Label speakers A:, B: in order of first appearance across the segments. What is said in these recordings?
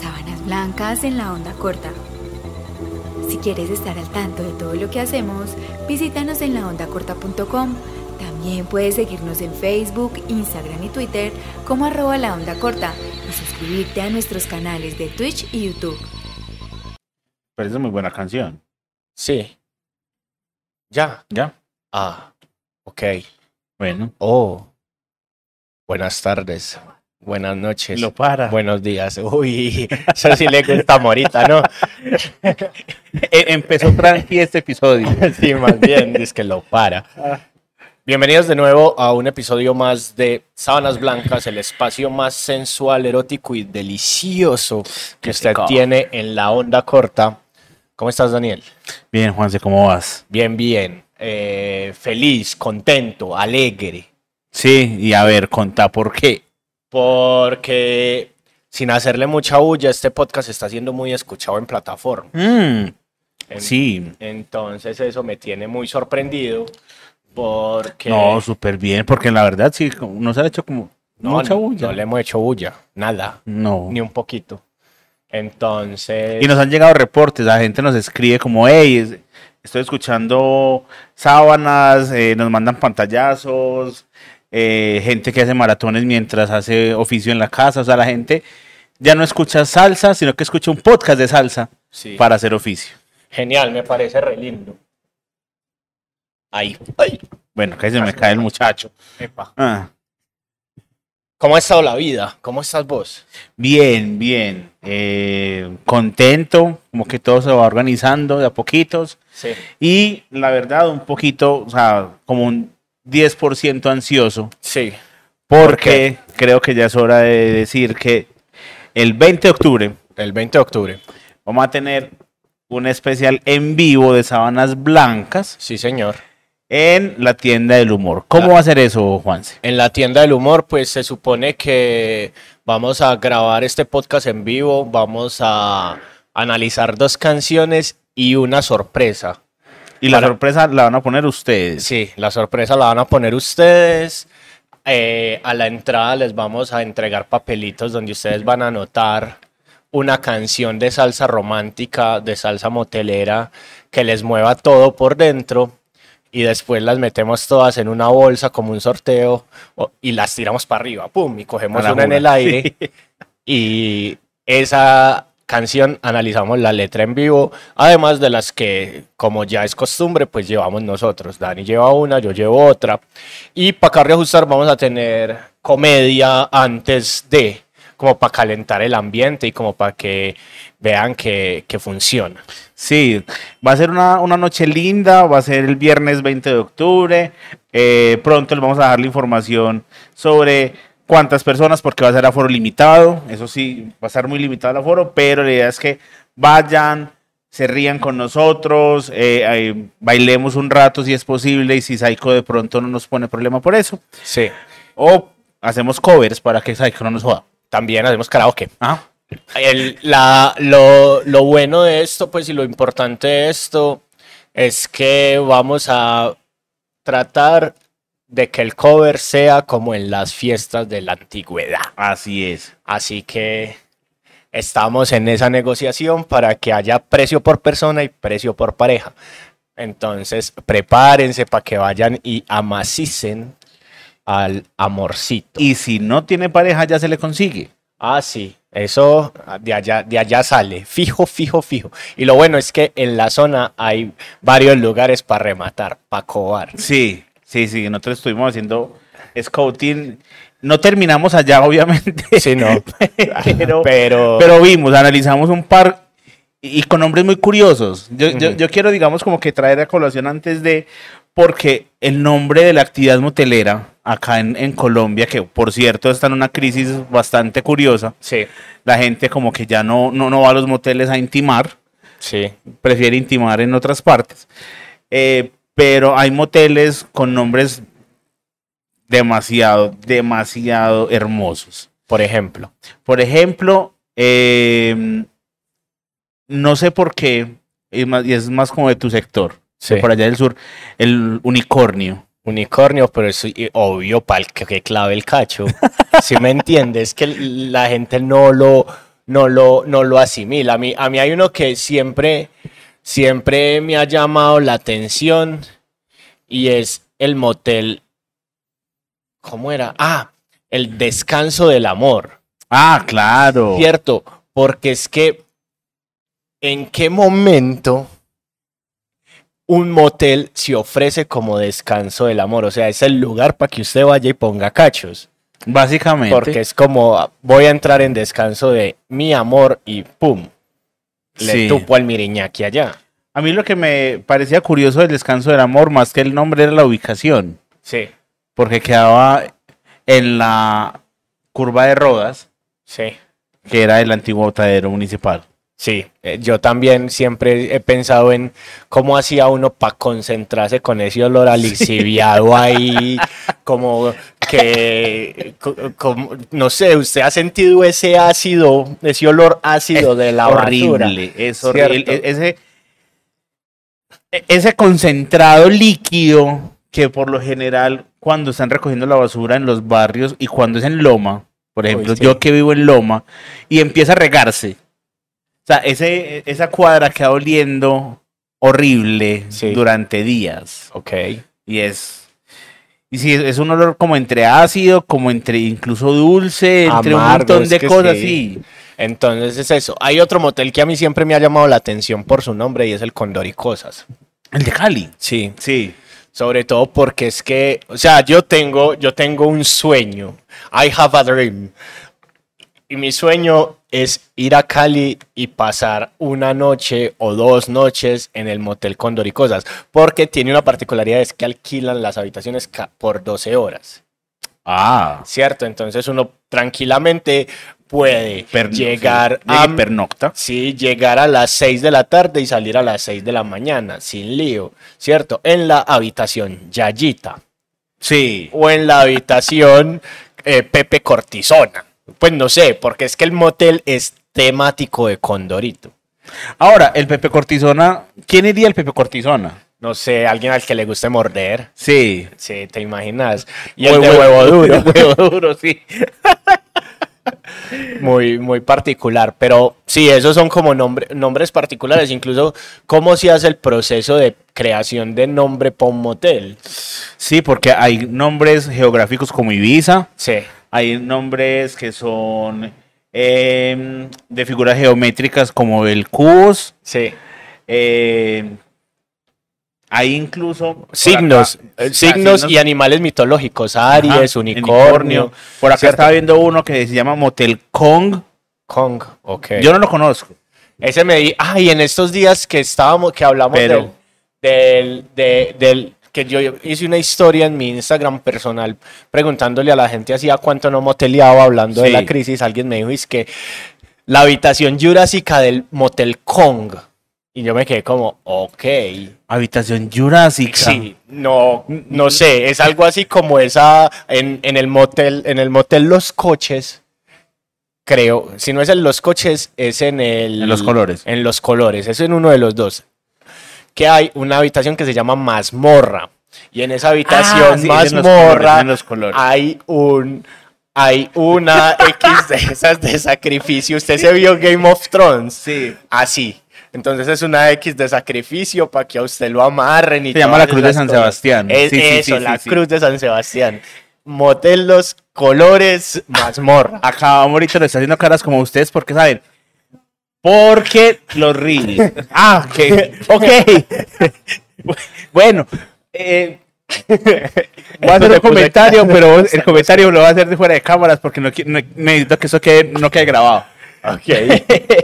A: Sábanas blancas en la onda corta. Si quieres estar al tanto de todo lo que hacemos, visítanos en laondacorta.com. También puedes seguirnos en Facebook, Instagram y Twitter como arroba la onda corta y suscribirte a nuestros canales de Twitch y YouTube.
B: Parece muy buena canción.
C: Sí. Ya.
B: Ya.
C: Ah. Ok.
B: Bueno,
C: Oh. Buenas tardes. Buenas noches.
B: lo para.
C: Buenos días. Uy, eso sí le gusta a Morita, ¿no?
B: E- empezó tranqui este episodio.
C: Sí, más bien, es que lo para. Bienvenidos de nuevo a un episodio más de Sábanas Blancas, el espacio más sensual, erótico y delicioso que usted
B: Rico.
C: tiene en la onda corta. ¿Cómo estás, Daniel?
B: Bien, Juanse, ¿cómo vas?
C: Bien, bien. Eh, feliz, contento, alegre.
B: Sí, y a ver, contá por qué.
C: Porque sin hacerle mucha bulla, este podcast está siendo muy escuchado en plataforma.
B: Mm,
C: En-
B: sí.
C: Entonces eso me tiene muy sorprendido porque
B: No, súper bien, porque la verdad sí, como- no se ha hecho como
C: no,
B: mucha
C: no-
B: bulla.
C: no le hemos hecho bulla, nada,
B: No.
C: ni un poquito. Entonces,
B: Y nos han llegado reportes, la gente nos escribe como, hey, es- estoy escuchando sábanas, eh, nos mandan pantallazos, eh, gente que hace maratones mientras hace oficio en la casa, o sea, la gente ya no escucha salsa, sino que escucha un podcast de salsa
C: sí,
B: para hacer oficio.
C: genial, me parece re lindo. Ahí, ay,
B: Bueno, que se me cae el muchacho.
C: epa.
B: Ah,
C: ¿Cómo ha estado la vida? ¿Cómo estás vos?
B: bien, bien, eh, contento, como que todo se va organizando de a poquitos.
C: Sí.
B: Y la verdad, un poquito, o sea, como un 10% ansioso
C: Sí.
B: Porque creo que ya es hora de decir que el 20 de octubre
C: El 20 de octubre.
B: vamos a tener un especial en vivo de Sábanas Blancas
C: Sí, señor.
B: en la tienda del humor. ¿Cómo
C: Claro.
B: va a ser eso, Juanse?
C: En la tienda del humor, pues se supone que vamos a grabar este podcast en vivo, vamos a analizar dos canciones y una sorpresa.
B: Y la
C: Para-
B: sorpresa la van a poner ustedes.
C: pues, Sí, la sorpresa la van a poner ustedes. Eh, a la entrada les vamos a entregar papelitos donde ustedes van a anotar una canción de salsa romántica, de salsa motelera, que les mueva todo por dentro. Y después las metemos todas en una bolsa como un sorteo o- y las tiramos para arriba, ¡pum! Y cogemos
B: A la
C: una en
B: jura,
C: el aire. Y esa canción analizamos la letra en vivo, además de las que, como ya es costumbre, pues llevamos nosotros. Dani lleva una, yo llevo otra. Y para acá reajustar vamos a tener comedia antes de, como para calentar el ambiente y como para que vean que, que funciona.
B: Sí, va a ser una, una noche linda, va a ser el viernes 20 de octubre. Eh, pronto les vamos a dar la información sobre cuántas personas, porque va a ser aforo limitado. Eso sí, va a estar muy limitado el aforo, pero la idea es que vayan, se rían con nosotros, eh, eh, bailemos un rato si es posible y si Psycho de pronto no nos pone problema por eso.
C: Sí.
B: O hacemos covers para que Psycho no nos joda.
C: También hacemos karaoke.
B: Ah,
C: El- la- lo, lo bueno de esto, pues, y lo importante de esto es que vamos a tratar de que el cover sea como en las fiestas de la antigüedad.
B: así es.
C: Así que estamos en esa negociación para que haya precio por persona y precio por pareja. Entonces, prepárense para que vayan y amacicen al amorcito.
B: Y si no tiene pareja, ya se le consigue.
C: Ah, sí, eso ah, de allá, de allá sale, fijo, fijo, fijo. Y lo bueno es que en la zona hay varios lugares para rematar, para cobar.
B: Sí, sí, sí, nosotros estuvimos haciendo scouting. No terminamos allá, obviamente,
C: Sí, no,
B: pero,
C: pero,
B: pero vimos, analizamos un par y y con nombres muy curiosos. Yo, yo,
C: Ujú.
B: yo quiero, digamos, como que traer a colación antes de, porque el nombre de la actividad motelera acá en, en Colombia, que por cierto está en una crisis bastante curiosa,
C: sí,
B: la gente como que ya no, no, no va a los moteles a intimar
C: sí,
B: prefiere intimar en otras partes. Eh, pero hay moteles con nombres demasiado, demasiado hermosos.
C: por ejemplo.
B: Por ejemplo, eh, no sé por qué, y más- y es más como de tu sector,
C: Sí.
B: por allá del sur, el unicornio.
C: Unicornio, pero es i- obvio para el que, que clave el cacho. Si me entiendes, que l- la gente no lo, no lo, no lo asimila. A mí, a mí hay uno que siempre, siempre me ha llamado la atención y es el motel. ¿Cómo era? Ah, el descanso del amor.
B: Ah, claro.
C: Cierto, porque es que en qué momento un motel se ofrece como descanso del amor, o sea, es el lugar para que usted vaya y ponga cachos.
B: Básicamente.
C: Porque es como, voy a entrar en descanso de mi amor y pum, le
B: Sí.
C: tupo al miriñaki allá.
B: A mí lo que me parecía curioso del descanso del amor, más que el nombre, era la ubicación.
C: Sí,
B: Porque quedaba en la curva de Rodas,
C: sí.
B: que era el antiguo botadero municipal.
C: Sí, eh, yo también siempre he pensado en cómo hacía uno para concentrarse con ese olor a lixiviado ahí, como que, co- como- no sé, usted ha sentido ese ácido, ese olor ácido de la basura.
B: horrible, es horrible.
C: ¿Cierto?
B: E- Ese, e- ese concentrado líquido que por lo general cuando están recogiendo la basura en los barrios y cuando es en Loma, por ejemplo,
C: sí.
B: yo que vivo en Loma, y empieza a regarse. O sea, ese, esa cuadra queda oliendo horrible
C: Sí.
B: durante días.
C: Ok,
B: Y es... Y sí, es un olor como entre ácido, como entre incluso dulce, entre un
C: Amargo,
B: montón
C: es
B: de
C: que
B: cosas,
C: sí.
B: sí.
C: entonces es eso. Hay otro motel que a mí siempre me ha llamado la atención por su nombre y es el Condor y Cosas.
B: El de Cali.
C: Sí,
B: Sí.
C: Sobre todo porque es que, o sea, yo tengo, yo tengo un sueño. I have a dream. Y mi sueño es ir a Cali y pasar una noche o dos noches en el motel Condor y Cosas. Porque tiene una particularidad, es que alquilan las habitaciones ca- por 12 horas,
B: Ah.
C: ¿cierto? Entonces uno tranquilamente puede
B: per-
C: llegar
B: sí,
C: a...
B: llega y pernocta.
C: Sí, llegar a las 6 de la tarde y salir a las 6 de la mañana, sin lío, ¿cierto? En la habitación Yayita
B: Sí.
C: o en la habitación eh, Pepe Cortisona. Pues no sé, porque es que el motel es temático de Condorito.
B: Ahora, el Pepe Cortisona, ¿quién iría el Pepe Cortisona?
C: No sé, alguien al que le guste morder.
B: Sí.
C: Sí, te imaginas. Y el de huevo duro.
B: huevo duro, sí.
C: muy, muy particular. Pero sí, esos son como nombre- nombres particulares. Incluso, ¿cómo se hace el proceso de creación de nombre para un motel?
B: Sí, porque hay nombres geográficos como Ibiza,
C: Sí.
B: hay nombres que son eh, de figuras geométricas como el Cus,
C: Sí.
B: eh, hay incluso... por
C: Signos,
B: acá-
C: eh,
B: Ah,
C: signos y animales mitológicos, Aries,
B: Ajá,
C: unicornio,
B: Por acá
C: ¿cierto?
B: estaba viendo uno que se llama Motel Kong.
C: Kong, ok.
B: Yo no lo conozco.
C: Ese me di, ay, en estos días que estábamos, que hablamos
B: Pero-
C: del, del, de- del- que yo hice una historia en mi Instagram personal preguntándole a la gente hacía cuánto no moteleaba hablando de
B: Sí.
C: la crisis, alguien me dijo, es que la habitación jurásica del motel Kong. Y yo me quedé como, ok.
B: Habitación Jurásica.
C: Sí, no, no sé, es algo así como esa en, en el motel, en el motel Los Coches, creo, si no es en Los Coches, es en el
B: En Los Colores.
C: En Los Colores, es en uno de los dos. Que hay una habitación que se llama Mazmorra. Y en esa habitación
B: Ah, sí, es en Los Colores,
C: Mazmorra
B: en Los Colores.
C: hay un hay una X de esas de sacrificio. Usted se vio Game of Thrones.
B: Sí.
C: Así. Entonces es una X de sacrificio para que a usted lo amarren y
B: Se llama la
C: todas
B: Cruz de
C: esas
B: San
C: cosas.
B: Sebastián.
C: Es
B: Sí, sí,
C: eso,
B: sí,
C: la
B: sí, sí.
C: Cruz de San Sebastián. Motel los colores mazmorra.
B: Acá ahorita le está haciendo caras como ustedes porque saben. Porque los ríos. ah, que. Ok. bueno. eh, voy a hacer un
C: Te puse-
B: comentario, pero el comentario lo voy a hacer de fuera de cámaras porque no, qui- no- necesito que eso quede, no quede grabado.
C: Ok.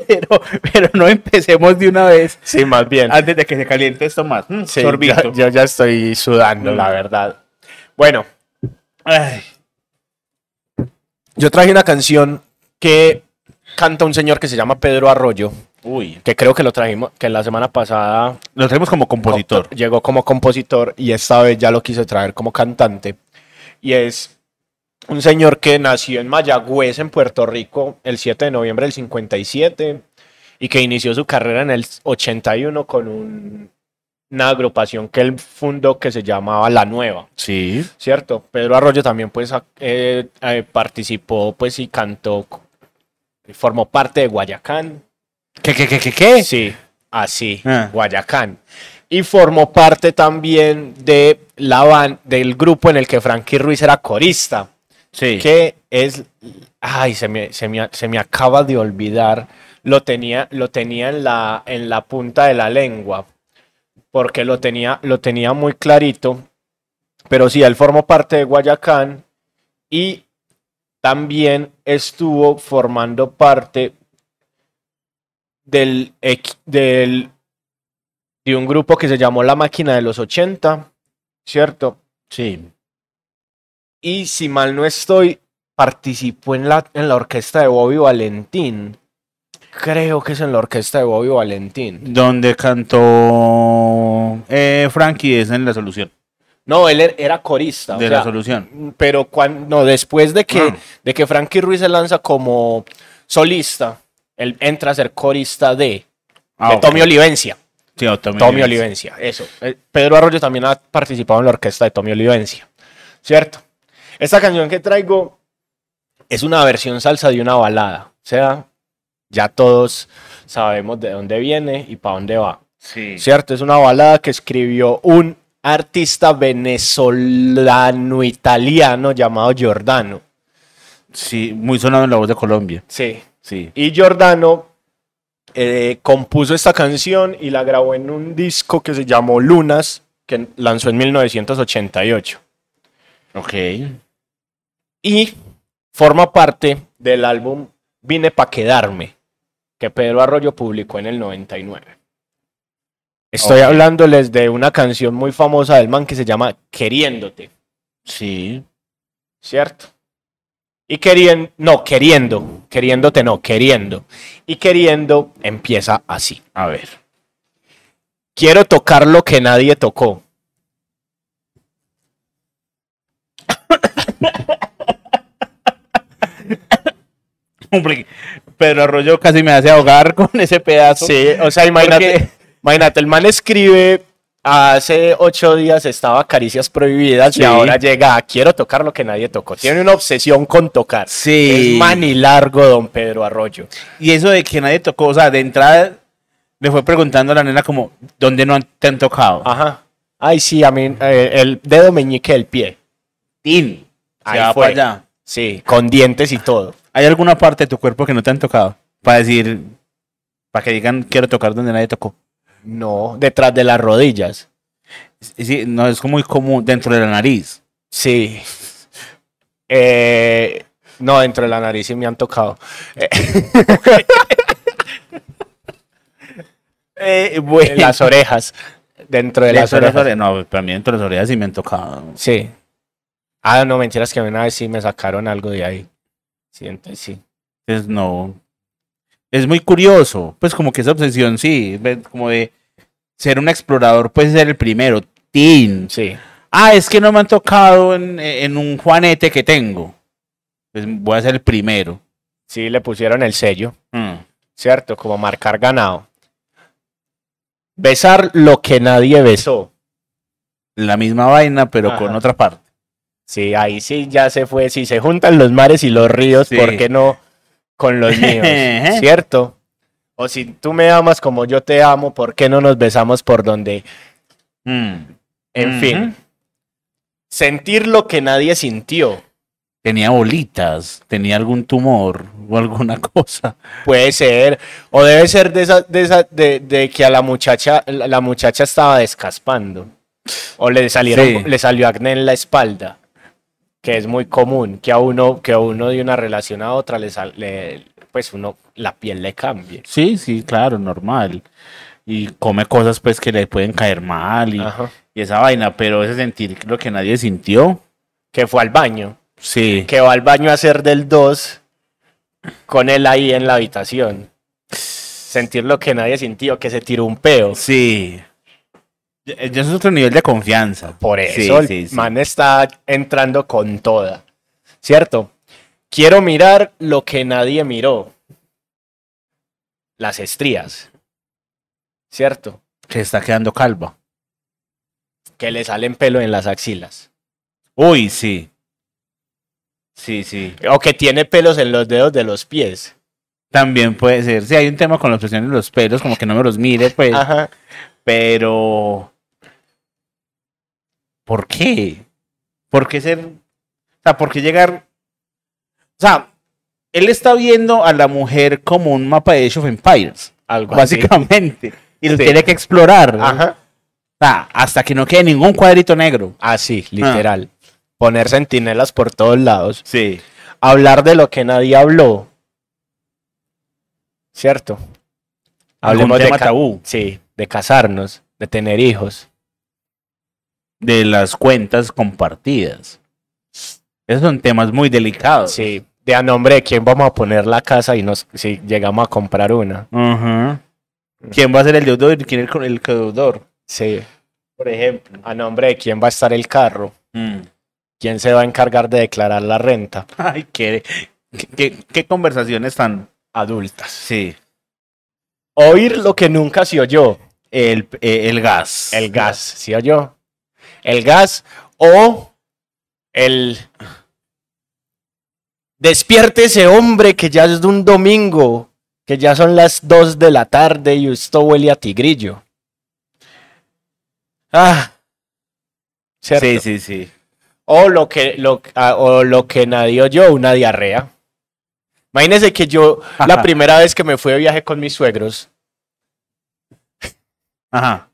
B: pero, pero no empecemos de una vez
C: Sí, más bien.
B: antes de que se caliente esto más. Mm,
C: Sí,
B: Ah, sorbito.
C: ya- Yo ya estoy sudando,
B: Mm.
C: la verdad. Bueno,
B: Ay,
C: yo traje una canción que canta un señor que se llama Pedro Arroyo,
B: uy.
C: que creo que lo trajimos, que la semana pasada
B: Lo tenemos como compositor.
C: Llegó como compositor y esta vez ya lo quise traer como cantante. Y es un señor que nació en Mayagüez, en Puerto Rico, el 7 de noviembre del 57 y que inició su carrera en el 81 con un- una agrupación que él fundó que se llamaba La Nueva.
B: Sí.
C: Cierto, Pedro Arroyo también pues ac- eh, eh, participó pues y cantó Formó parte de Guayacán.
B: ¿Qué, qué, qué, qué, qué?
C: Sí, así,
B: Ah.
C: Guayacán. Y formó parte también de la ban- del grupo en el que Frankie Ruiz era corista,
B: Sí.
C: que es, ay, se me, se me- se me acaba de olvidar, lo tenía, lo tenía en, la, en la punta de la lengua, porque lo tenía, lo tenía muy clarito, pero sí, él formó parte de Guayacán y también estuvo formando parte del, equ- del- de un grupo que se llamó La Máquina de los 80, ¿cierto?
B: Sí.
C: Y si mal no estoy, participó en la, en la orquesta de Bobby Valentín. Creo que es en la orquesta de Bobby Valentín.
B: Donde cantó eh, Frankie es en La Solución.
C: No, él er- era corista. o
B: Ah, de
C: sea,
B: La Solución.
C: pero cuando, después de que,
B: Ah.
C: de que Frankie Ruiz se lanza como solista, él entra a ser corista de,
B: Ah,
C: de
B: ok.
C: Tommy Olivencia.
B: Sí, o Tommy,
C: Tommy
B: Olivencia.
C: Olivencia, eso. Eh, Pedro Arroyo también ha participado en la orquesta de Tommy Olivencia, ¿cierto? Esta canción que traigo es una versión salsa de una balada, o sea, ya todos sabemos de dónde viene y para dónde va,
B: Sí.
C: ¿cierto? Es una balada que escribió un artista venezolano-italiano llamado Giordano.
B: Sí, muy sonado en la voz de Colombia.
C: Sí,
B: Sí.
C: Y Giordano eh, compuso esta canción y la grabó en un disco que se llamó Lunas, que lanzó en 1988.
B: Ok.
C: Y forma parte del álbum Vine pa' quedarme, que Pedro Arroyo publicó en el 99. Estoy
B: Ok.
C: hablándoles de una canción muy famosa del man que se llama Queriéndote,
B: Sí.
C: ¿cierto? Y queriendo, no, queriendo, queriéndote no, queriendo. Y queriendo empieza así.
B: A ver.
C: Quiero tocar lo que nadie tocó.
B: Hombre, Pedro Arroyo casi me hace ahogar con ese pedazo.
C: Sí, o sea, imagínate, imagínate, el man escribe, hace ocho días estaba Caricias Prohibidas
B: Sí.
C: y ahora llega a Quiero tocar lo que nadie tocó. Tiene una obsesión con tocar.
B: Sí.
C: Es manilargo, don Pedro Arroyo.
B: Y eso de que nadie tocó, o sea, de entrada le fue preguntando a la nena como, ¿dónde no han- te han tocado?
C: Ajá. Ay, sí, a mí, eh, el dedo meñique del pie.
B: Tin. Se
C: Ahí
B: va
C: fue.
B: para allá.
C: Sí, con dientes y todo.
B: ¿Hay alguna parte de tu cuerpo que no te han tocado? Para decir, para que digan, quiero tocar donde nadie tocó.
C: No, detrás de las rodillas.
B: Sí, sí, no, es como muy común dentro de la nariz.
C: Sí. Eh, no, dentro de la nariz sí me han tocado. Eh,
B: bueno.
C: En las orejas. Dentro Eh, de
B: Dentro de
C: las
B: las
C: orejas.
B: orejas. No, para mí dentro de las orejas sí me han tocado.
C: Sí. Ah, no, mentiras que una vez sí me sacaron algo de ahí. Sí, entonces sí.
B: Entonces, no. Es muy curioso, pues como que esa obsesión, sí, ve- como de ser un explorador, pues ser el primero. Tin.
C: Sí.
B: Ah, es que no me han tocado en, en un juanete que tengo. Pues voy a ser el primero.
C: Sí, le pusieron el sello,
B: Mm.
C: ¿cierto? Como marcar ganado. Besar lo que nadie besó.
B: La misma vaina, pero con
C: Ajá.
B: otra parte.
C: Sí, ahí sí ya se fue. Si se juntan los mares y los ríos,
B: Sí.
C: ¿por qué no con los míos? ¿Cierto? O si tú me amas como yo te amo, ¿por qué no nos besamos por donde?
B: Mm.
C: En
B: Ujú.
C: fin. Sentir lo que nadie sintió.
B: Tenía bolitas, tenía algún tumor o alguna cosa.
C: Puede ser, o debe ser de esa, de esa, de, de que a la muchacha, la la muchacha estaba descaspando. O le salieron,
B: Sí.
C: le salió acné en la espalda, que es muy común, que a uno, que a uno de una relación a otra le sal- le- pues uno, la piel le cambie.
B: Sí, sí, claro, normal. Y come cosas pues que le pueden caer mal y,
C: Ajá.
B: y esa vaina, pero ese sentir lo que nadie sintió.
C: Que fue al baño,
B: Sí.
C: que va al baño a hacer del 2 con él ahí en la habitación. Sentir lo que nadie sintió, que se tiró un peo.
B: Sí. Ya- ya es otro nivel de confianza.
C: Por
B: Sí,
C: eso el
B: sí, sí.
C: man está entrando con toda. ¿Cierto? Quiero mirar lo que nadie miró. Las estrías. ¿Cierto?
B: Que está quedando calva.
C: Que le salen pelo en las axilas.
B: Uy, sí. Sí, sí.
C: O que tiene pelos en los dedos de los pies.
B: También puede ser. Sí, hay un tema con la obsesión de los pelos, como que no me los mire, pues.
C: Ajá.
B: Pero. ¿Por qué? ¿Por qué ser.? O sea, ¿por qué llegar.? O sea, él está viendo a la mujer como un mapa de Age of Empires,
C: Algo así.
B: básicamente. Y lo
C: Sí.
B: tiene que explorar.
C: Ajá.
B: O sea, hasta que no quede ningún cuadrito negro.
C: Así, literal. Poner sentinelas por todos lados.
B: Sí.
C: Hablar de lo que nadie habló. ¿Cierto?
B: Hablemos de
C: ca-
B: tabú.
C: Sí, de casarnos, de tener hijos.
B: De las cuentas compartidas. Esos son temas muy delicados.
C: Sí, de a nombre de quién vamos a poner la casa y nos, si llegamos a comprar una.
B: Ajá. ¿Quién va a ser el deudor y quién el, el deudor?
C: Sí,
B: Por ejemplo.
C: a nombre de quién va a estar el carro,
B: Mm.
C: quién se va a encargar de declarar la renta.
B: Ay, qué, qué, qué- qué conversaciones tan.
C: Adultas.
B: Sí.
C: Oír lo que nunca se oyó.
B: El, eh, el gas.
C: El gas, ¿sí oyó? El gas o el... Despierte ese hombre que ya es de un domingo, que ya son las 2 de la tarde y esto huele a tigrillo. Ah, ¿cierto?
B: Sí, sí, sí.
C: O lo que, lo, ah, o lo que nadie oyó, una diarrea. Imagínense que yo, la primera vez que me fui de viaje con mis suegros,
B: Ajá.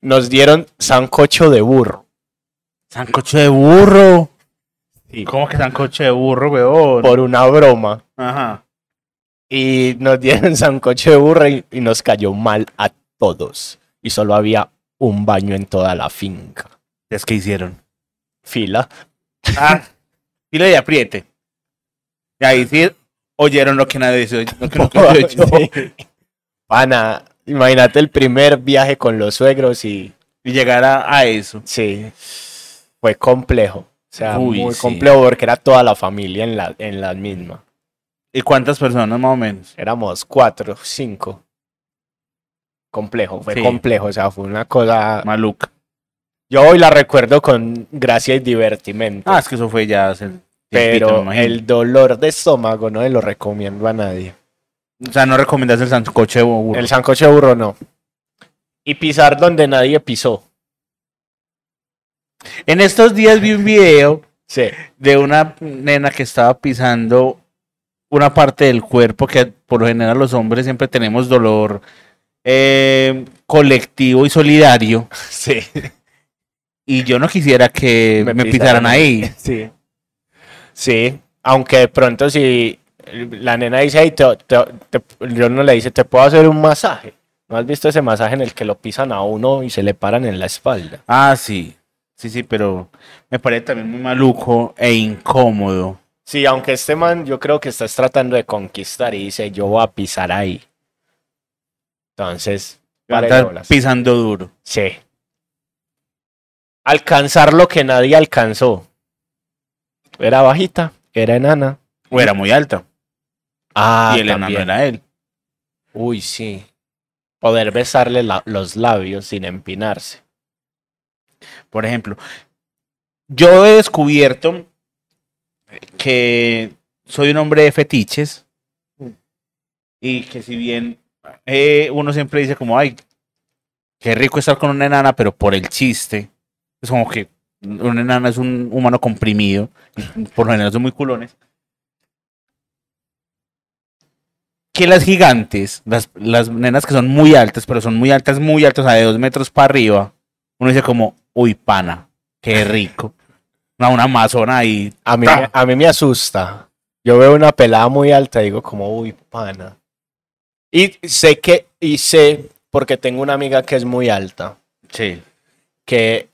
C: nos dieron sancocho de burro.
B: Sancocho de burro. Pues,
C: Sí.
B: ¿Cómo que sancocho de burro, weón?
C: Por una broma.
B: Ajá.
C: Y nos dieron sancocho de burra y, y nos cayó mal a todos. Y solo había un baño en toda la finca.
B: Es que hicieron.
C: Fila.
B: Ah. Dile de apriete. Y ahí sí oyeron lo que nadie se oyó. Lo que nunca se oyó.
C: Sí. Pana, imagínate el primer viaje con los suegros y
B: Y llegar a, a eso.
C: sí, fue complejo. O sea,
B: Uy,
C: muy
B: sí.
C: complejo porque era toda la familia en la, en la misma.
B: ¿Y cuántas personas más o menos?
C: Éramos cuatro, cinco. Complejo, fue
B: Sí.
C: complejo. O sea, fue una cosa...
B: Maluca.
C: Yo hoy la recuerdo con gracia y divertimento.
B: Ah, es que eso fue ya hace tiempito, me
C: Pero
B: imagino.
C: el dolor de estómago no se lo recomiendo a nadie.
B: O sea, no recomiendas el sancocho de burro.
C: El sancocho de burro no. Y pisar donde nadie pisó.
B: En estos días vi un video
C: Sí.
B: de una nena que estaba pisando una parte del cuerpo que por lo general los hombres siempre tenemos dolor eh, colectivo y solidario.
C: Sí.
B: Y yo no quisiera que me,
C: Me
B: pisaran
C: pisaran.
B: ahí.
C: Sí. Sí. Aunque de pronto si la nena dice, "Ey, te- te- te-", yo no le dice, te puedo hacer un masaje. ¿No has visto ese masaje en el que lo pisan a uno y se le paran en la espalda?
B: Ah, sí. Sí, sí, pero me parece también muy maluco e incómodo.
C: Sí, aunque este man yo creo que estás tratando de conquistar y dice, yo voy a pisar ahí. Entonces, pare
B: Andar
C: bolas.
B: pisando duro.
C: Sí. Alcanzar lo que nadie alcanzó. Era bajita, era enana.
B: O era muy alta.
C: Ah,
B: y el enano era él.
C: Uy, sí. Poder besarle la- los labios sin empinarse.
B: Por ejemplo, yo he descubierto que soy un hombre de fetiches y que si bien eh, uno siempre dice como, ay, qué rico estar con una enana, pero por el chiste, es como que una enana es un humano comprimido, y por lo general son muy culones. Que las gigantes, las, las nenas que son muy altas, pero son muy altas, muy altas, o sea, de dos metros para arriba, uno dice como, uy, pana, qué rico. No, una amazona ahí.
C: A mí,
B: Ta.
C: me- a mí me asusta. Yo veo una pelada muy alta y digo como, uy, pana. Y sé que, y sé, porque tengo una amiga que es muy alta,
B: Sí.
C: que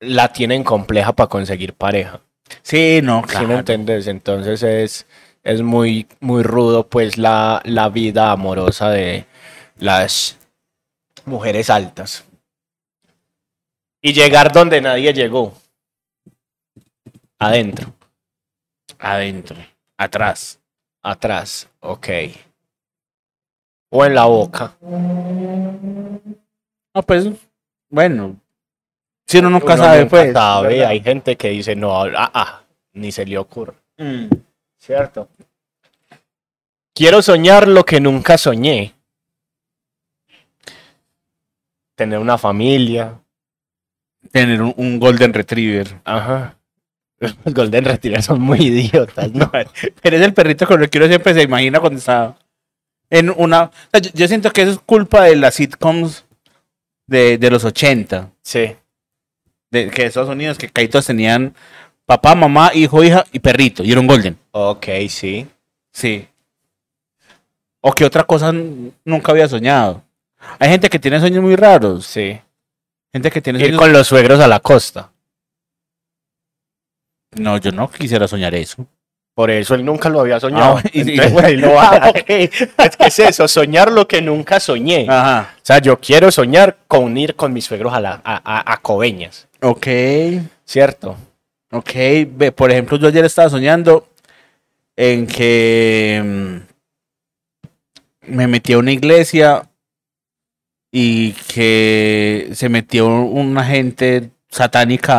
C: la tienen compleja para conseguir pareja.
B: Sí, no,
C: ¿Sí me
B: claro.
C: entendés? Entonces es, es muy, muy rudo pues la, la vida amorosa de las mujeres altas. Y llegar donde nadie llegó. Adentro,
B: Adentro, atrás.
C: atrás, ok. O en la boca.
B: No, pues, bueno. Si uno nunca
C: Uno
B: sabe,
C: nunca
B: pues.
C: sabe,
B: ¿verdad?
C: hay gente que dice, no, ah, ah, ni se le ocurre,
B: Mm.
C: ¿cierto? Quiero soñar lo que nunca soñé. Tener una familia.
B: Tener un, un Golden Retriever.
C: Ajá. Los Golden Retriever son muy idiotas, ¿no?
B: Eres el perrito con el que uno siempre se imagina cuando está en una... o sea, yo, yo siento que eso es culpa de las sitcoms de, de los 80,
C: Sí.
B: de, que de Estados Unidos, que caitos tenían papá, mamá, hijo, hija y perrito, y era un Golden.
C: Ok, sí.
B: Sí. O que otra cosa n- nunca había soñado. Hay gente que tiene sueños muy raros.
C: Sí.
B: Gente que tiene
C: Ir
B: sueños...
C: con los suegros a la costa.
B: No, yo no quisiera soñar eso.
C: Por eso él nunca lo había soñado.
B: Ah, y- y-
C: Entonces, güey, lo va a- Es que es eso, soñar lo que nunca soñé.
B: Ajá.
C: O sea, yo quiero soñar con ir con mis suegros a, la, a, a- a Coveñas,
B: Ok.
C: ¿cierto?
B: Ok. Ve, Por ejemplo, yo ayer estaba soñando en que mm, me metí a una iglesia y que se metió una gente satánica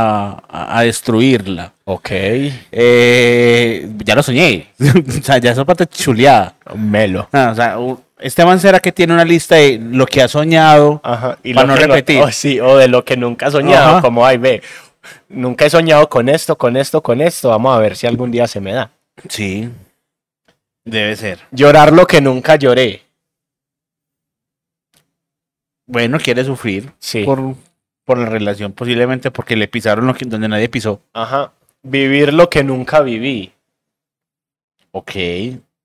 B: a- a destruirla.
C: Ok.
B: Eh, ya lo soñé. o sea, ya esa parte chuleada.
C: Melo.
B: Ah, o sea, u- este man será que tiene una lista de lo que ha soñado.
C: Ajá. Y
B: Para
C: lo
B: no
C: que
B: repetir.
C: oh, sí, o de lo que nunca he soñado,
B: Ajá.
C: como ay, ve. Nunca he soñado con esto, con esto, con esto. Vamos a ver si algún día se me da.
B: Sí. Debe ser.
C: Llorar lo que nunca lloré.
B: Bueno, quiere sufrir
C: Sí.
B: por, por la relación, posiblemente porque le pisaron lo que, donde nadie pisó.
C: Ajá. Vivir lo que nunca viví.
B: Ok.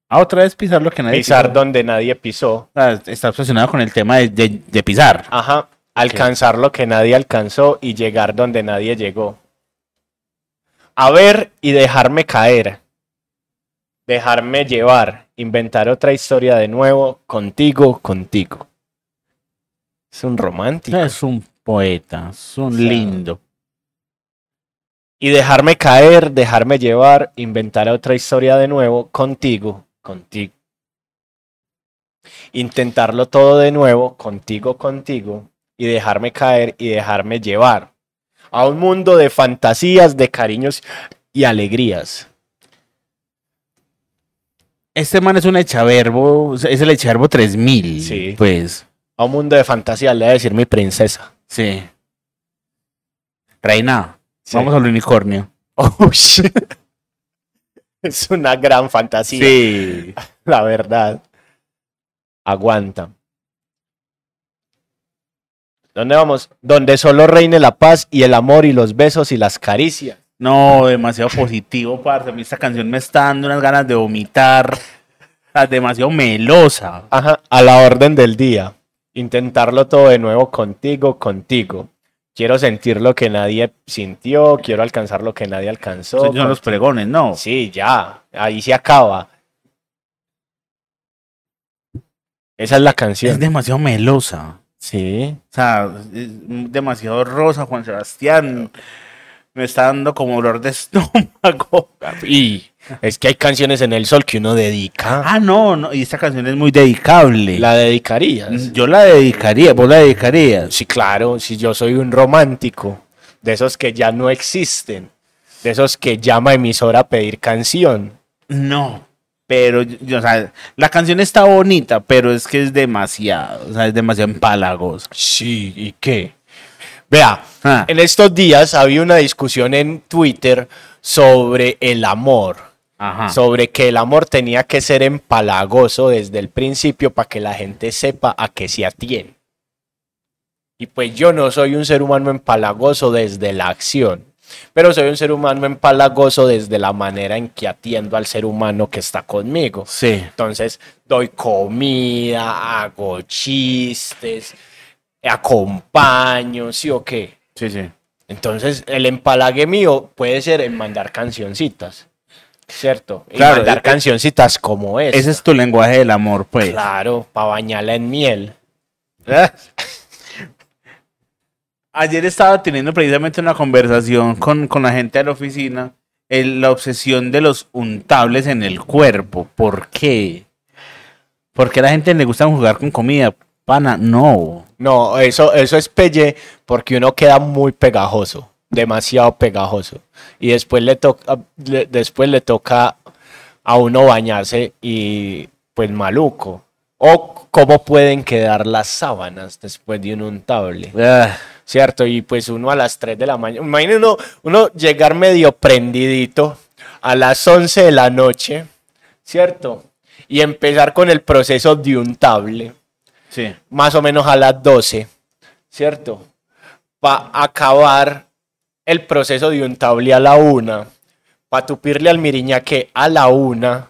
B: Ah, otra vez pisar lo que nadie
C: Pisar
B: pisó.
C: donde nadie pisó.
B: Ah, Está obsesionado con el tema de, de- de pisar.
C: Ajá. Alcanzar lo que nadie alcanzó y llegar donde nadie llegó. A ver y dejarme caer. Dejarme llevar. Inventar otra historia de nuevo. Contigo, contigo. Es un romántico.
B: Es un poeta, es un
C: O sea,
B: lindo.
C: Y dejarme caer, dejarme llevar, inventar otra historia de nuevo, contigo, contigo. Intentarlo todo de nuevo, contigo, contigo, y dejarme caer y dejarme llevar a un mundo de fantasías, de cariños y alegrías.
B: Este man es un echaverbo, es el echaverbo 3000.
C: Sí.
B: Pues.
C: A un mundo de fantasías, le voy a decir mi princesa.
B: Sí. Reina,
C: Sí.
B: vamos al unicornio.
C: Ush. es una gran fantasía.
B: Sí.
C: La verdad. Aguanta. ¿Dónde vamos? Donde solo reine la paz y el amor y los besos y las caricias.
B: No, demasiado positivo, parce. A mí esta canción me está dando unas ganas de vomitar. Ah, demasiado melosa.
C: Ajá, a la orden del día. Intentarlo todo de nuevo contigo, contigo. Quiero sentir lo que nadie sintió, quiero alcanzar lo que nadie alcanzó.
B: Son los pregones, ¿no?
C: Sí, ya, ahí se acaba. Esa es la canción.
B: Es demasiado melosa.
C: Sí.
B: O sea, es demasiado rosa, Juan Sebastián. Me está dando como dolor de estómago.
C: Y es que hay canciones en el sol que uno dedica.
B: Ah, no, no. Y esta canción es muy dedicable.
C: ¿La dedicarías?
B: Yo la dedicaría, vos la dedicarías.
C: Sí, claro, si yo soy un romántico, de esos que ya no existen, de esos que llama a emisora a pedir canción.
B: No, pero yo- yo, o sea, la canción está bonita, pero es que es demasiado, o sea, es demasiado empalagosa.
C: Sí, ¿y qué? Vea,
B: Ah.
C: en estos días había una discusión en Twitter sobre el amor,
B: Ajá.
C: sobre que el amor tenía que ser empalagoso desde el principio para que la gente sepa a qué se atiene. Y pues yo no soy un ser humano empalagoso desde la acción, pero soy un ser humano empalagoso desde la manera en que atiendo al ser humano que está conmigo.
B: sí.
C: Entonces doy comida, hago chistes, acompaño, ¿sí o qué?
B: Sí, sí.
C: Entonces el empalague mío puede ser el mandar cancioncitas, ¿cierto? Y
B: Claro,
C: mandar
B: eh,
C: cancioncitas como es.
B: Ese es tu lenguaje del amor, pues.
C: Claro, para bañarla en miel.
B: Ayer estaba teniendo precisamente una conversación con, con la gente de la oficina, el- la obsesión de los untables en el cuerpo. ¿Por qué? ¿Por qué a la gente le gusta jugar con comida? Pana, no.
C: No, eso, eso es pelle porque uno queda muy pegajoso, demasiado pegajoso. Y ah, después le, toca- le- después le toca a uno bañarse y pues maluco. O cómo pueden quedar las sábanas después de un untable.
B: Ah,
C: ¿Cierto? Y pues uno a las 3 de la mañana. Imagínate uno, uno llegar medio prendidito a las 11 de la noche, ¿cierto? Y empezar con el proceso de untable,
B: sí.
C: más o menos a las 12, ¿cierto? Para acabar el proceso de untable a la 1, para tupirle al miriñaque a la 1.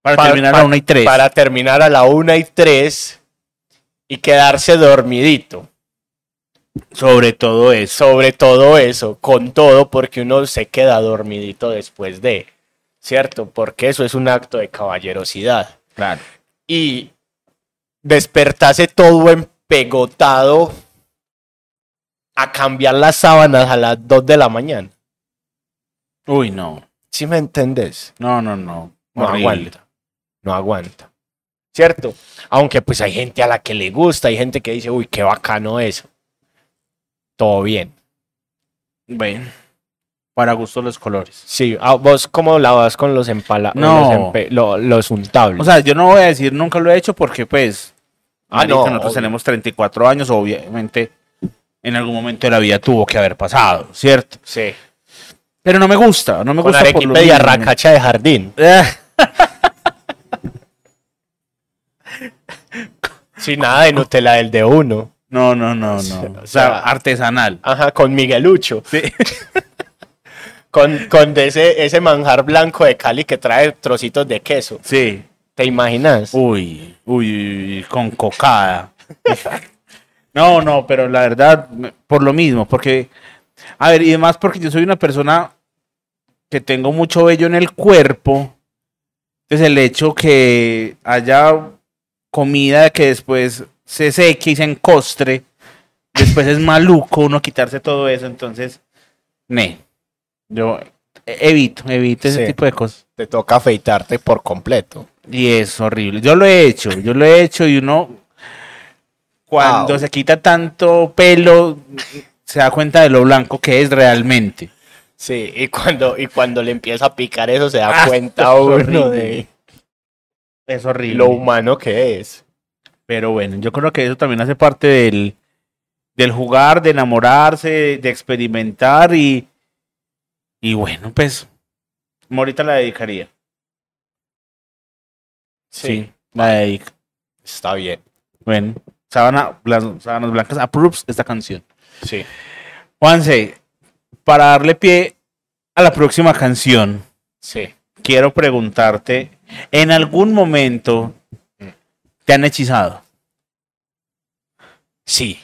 B: Para, terminar a
C: para-
B: una y tres.
C: Para terminar a la 1 y 3 y quedarse dormidito.
B: Sobre todo eso.
C: Sobre todo eso, con todo, porque uno se queda dormidito después de, ¿cierto? Porque eso es un acto de caballerosidad.
B: Claro.
C: Y despertarse todo empegotado a cambiar las sábanas a las 2 de la mañana.
B: Uy, no.
C: ¿Sí me entendés?
B: No, no, no.
C: no
B: Horrible.
C: aguanta. No aguanta. ¿Cierto? Aunque pues hay gente a la que le gusta, hay gente que dice, uy, qué bacano eso. Todo bien.
B: Bueno. Para gusto los colores.
C: Sí, ah, vos cómo la vas con los empalados,
B: No.
C: los, empe- lo- los untables.
B: O sea, yo no voy a decir nunca lo he hecho porque, pues.
C: Ah,
B: marica,
C: no,
B: nosotros
C: obvio.
B: tenemos 34 años, obviamente. En algún momento de la vida tuvo que haber pasado, ¿cierto?
C: sí.
B: Pero no me gusta, no me
C: Con
B: gusta por lo
C: arequipe y
B: mismo.
C: arracacha de jardín.
B: Eh,
C: Sin nada de Nutella del de uno.
B: No, no, no, no. O sea,
C: sea,
B: artesanal.
C: Ajá, con Miguelucho.
B: Sí.
C: Con, con de ese, ese manjar blanco de Cali que trae trocitos de queso.
B: Sí.
C: ¿Te imaginas?
B: Uy, uy, uy, uy, con cocada. No, no, pero la verdad, me- por lo mismo, porque, a ver, y además porque yo soy una persona que tengo mucho vello en el cuerpo, entonces el hecho que haya comida que después se seque y se encostre, después es maluco uno quitarse todo eso, entonces, ne, yo evito, evito ese
C: Sí.
B: tipo de cosas.
C: Te toca afeitarte por completo.
B: Y es horrible. Yo lo he hecho, yo lo he hecho y uno cuando
C: Wow.
B: se quita tanto pelo se da cuenta de lo blanco que es realmente.
C: Sí, y cuando, y cuando le empieza a picar eso se da
B: Ah,
C: cuenta
B: es
C: uno
B: horrible.
C: de
B: Es horrible.
C: lo humano que es.
B: Pero bueno, yo creo que eso también hace parte del, del jugar, de enamorarse, de, de experimentar y, y bueno, pues Morita la dedicaría. Sí, la dedico.
C: Está bien.
B: Bueno, Sabana, las, Sábanas Blancas approves esta canción.
C: Sí.
B: Juanse, para darle pie a la próxima canción,
C: Sí.
B: quiero preguntarte, ¿en algún momento te han hechizado?
C: Sí.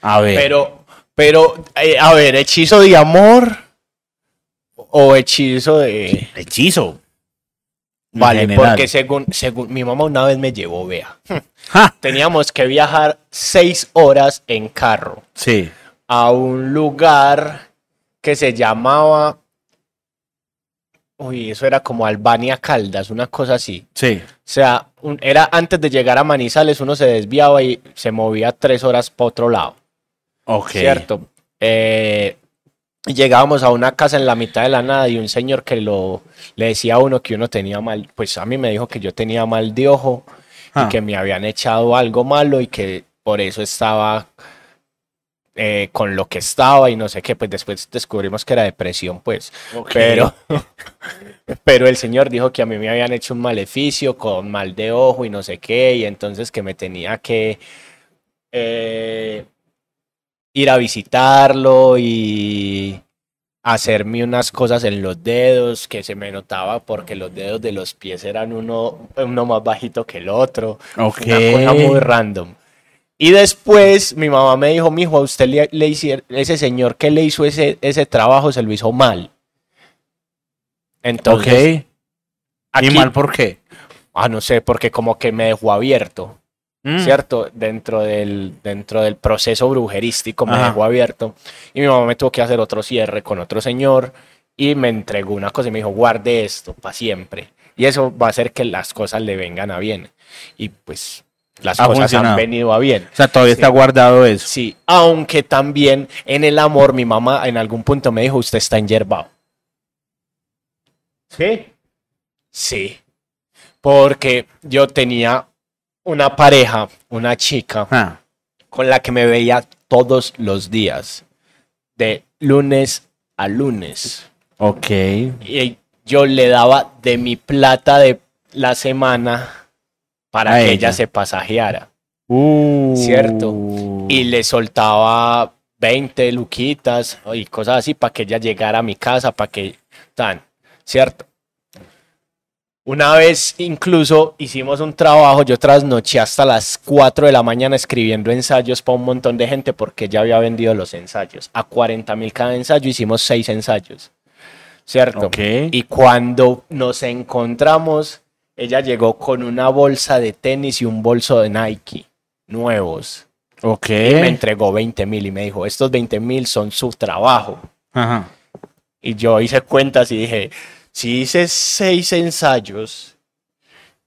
B: A ver.
C: Pero, pero, eh, a ver, hechizo de amor o hechizo de.
B: hechizo. En
C: Vale,
B: general.
C: porque según, según mi mamá una vez me llevó, vea.
B: Ja,
C: Teníamos que viajar seis horas en carro
B: Sí.
C: a un lugar que se llamaba. Uy, eso era como Albania Caldas, una cosa así.
B: Sí.
C: O sea, un- era antes de llegar a Manizales, uno se desviaba y se movía tres horas para otro lado.
B: Ok.
C: Cierto. Eh, llegábamos a una casa en la mitad de la nada y un señor que lo le decía a uno que uno tenía mal, pues a mí me dijo que yo tenía mal de ojo
B: Ja,
C: y que me habían echado algo malo y que por eso estaba eh, con lo que estaba y no sé qué, pues después descubrimos que era depresión, pues.
B: ok.
C: Pero, pero el señor dijo que a mí me habían hecho un maleficio con mal de ojo y no sé qué, y entonces que me tenía que eh, ir a visitarlo y hacerme unas cosas en los dedos que se me notaba porque los dedos de los pies eran uno, uno más bajito que el otro.
B: Ok.
C: Una cosa muy random. Y después mi mamá me dijo, mijo, a usted le, le hicier- ese señor que le hizo ese, ese trabajo se lo hizo mal. Entonces,
B: ok.
C: aquí,
B: ¿Y mal por qué?
C: ah, no sé, porque como que me dejó abierto,
B: Mm,
C: ¿cierto? Dentro del, dentro del proceso brujerístico me
B: Ajá.
C: dejó abierto. Y mi mamá me tuvo que hacer otro cierre con otro señor y me entregó una cosa y me dijo, guarde esto para siempre. Y eso va a hacer que las cosas le vengan a bien. Y pues las
B: Ha
C: cosas
B: funcionado.
C: han venido a bien.
B: O sea, todavía está guardado eso.
C: Sí, aunque también en el amor, mi mamá en algún punto me dijo, usted está enyerbado.
B: Sí.
C: Sí. porque yo tenía una pareja, una chica,
B: Ah,
C: con la que me veía todos los días, de lunes a lunes.
B: ok.
C: Y yo le daba de mi plata de la semana para
B: A
C: que
B: ella.
C: ella se pasajeara.
B: Uh.
C: Cierto. y le soltaba 20 luquitas y cosas así para que ella llegara a mi casa, para que tan, ¿cierto? Una vez incluso hicimos un trabajo, yo trasnoché hasta las 4 de la mañana escribiendo ensayos para un montón de gente porque ella había vendido los ensayos. A 40 mil cada ensayo hicimos 6 ensayos, ¿cierto?
B: Ok.
C: Y cuando nos encontramos, ella llegó con una bolsa de tenis y un bolso de Nike, nuevos
B: Ok.
C: me entregó 20 mil y me dijo, estos 20 mil son su trabajo.
B: Ajá.
C: Y yo hice cuentas y dije, si hice seis ensayos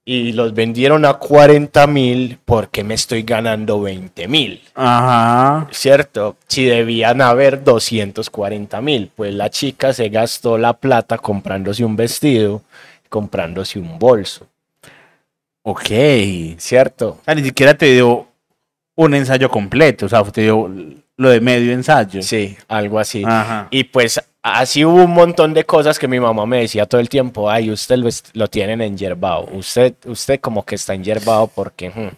C: y los vendieron a 40 mil, ¿por qué me estoy ganando 20 mil?
B: Ajá.
C: ¿Cierto? Si debían haber 240 mil, pues la chica se gastó la plata comprándose un vestido, comprándose un bolso,
B: Ok. O
C: ¿cierto?
B: sea, Ah, ni siquiera te dio un ensayo completo. O sea, te dio lo de medio ensayo.
C: Sí, algo así.
B: Ajá.
C: Y pues así hubo un montón de cosas que mi mamá me decía todo el tiempo, ay, usted lo, est- lo tienen enyerbado, usted, usted como que está enyerbado porque ujú".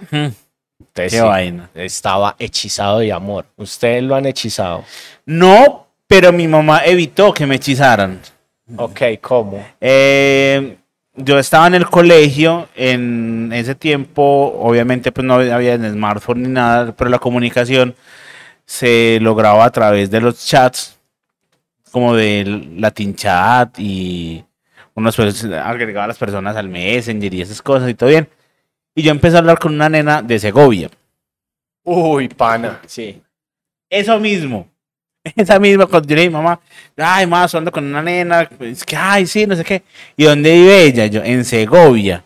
C: Entonces,
B: Hmm. Qué
C: sí,
B: vaina.
C: estaba hechizado de amor, ustedes lo han hechizado.
B: No, pero mi mamá evitó que me hechizaran. Hmm.
C: Ok, ¿cómo?
B: Eh, yo estaba en el colegio, en ese tiempo, obviamente, pues no había en smartphone ni nada, pero la comunicación se lograba a través de los chats, como del Latin Chat y uno pues, agregaba a las personas al Messenger y esas cosas y todo bien. Y yo empecé a hablar con una nena de Segovia.
C: Uy, pana, sí.
B: Eso mismo. Esa misma, cuando yo le dije, mamá, ay, más ando con una nena, es que, ay, sí, no sé qué. ¿Y dónde vive ella? Yo, en Segovia.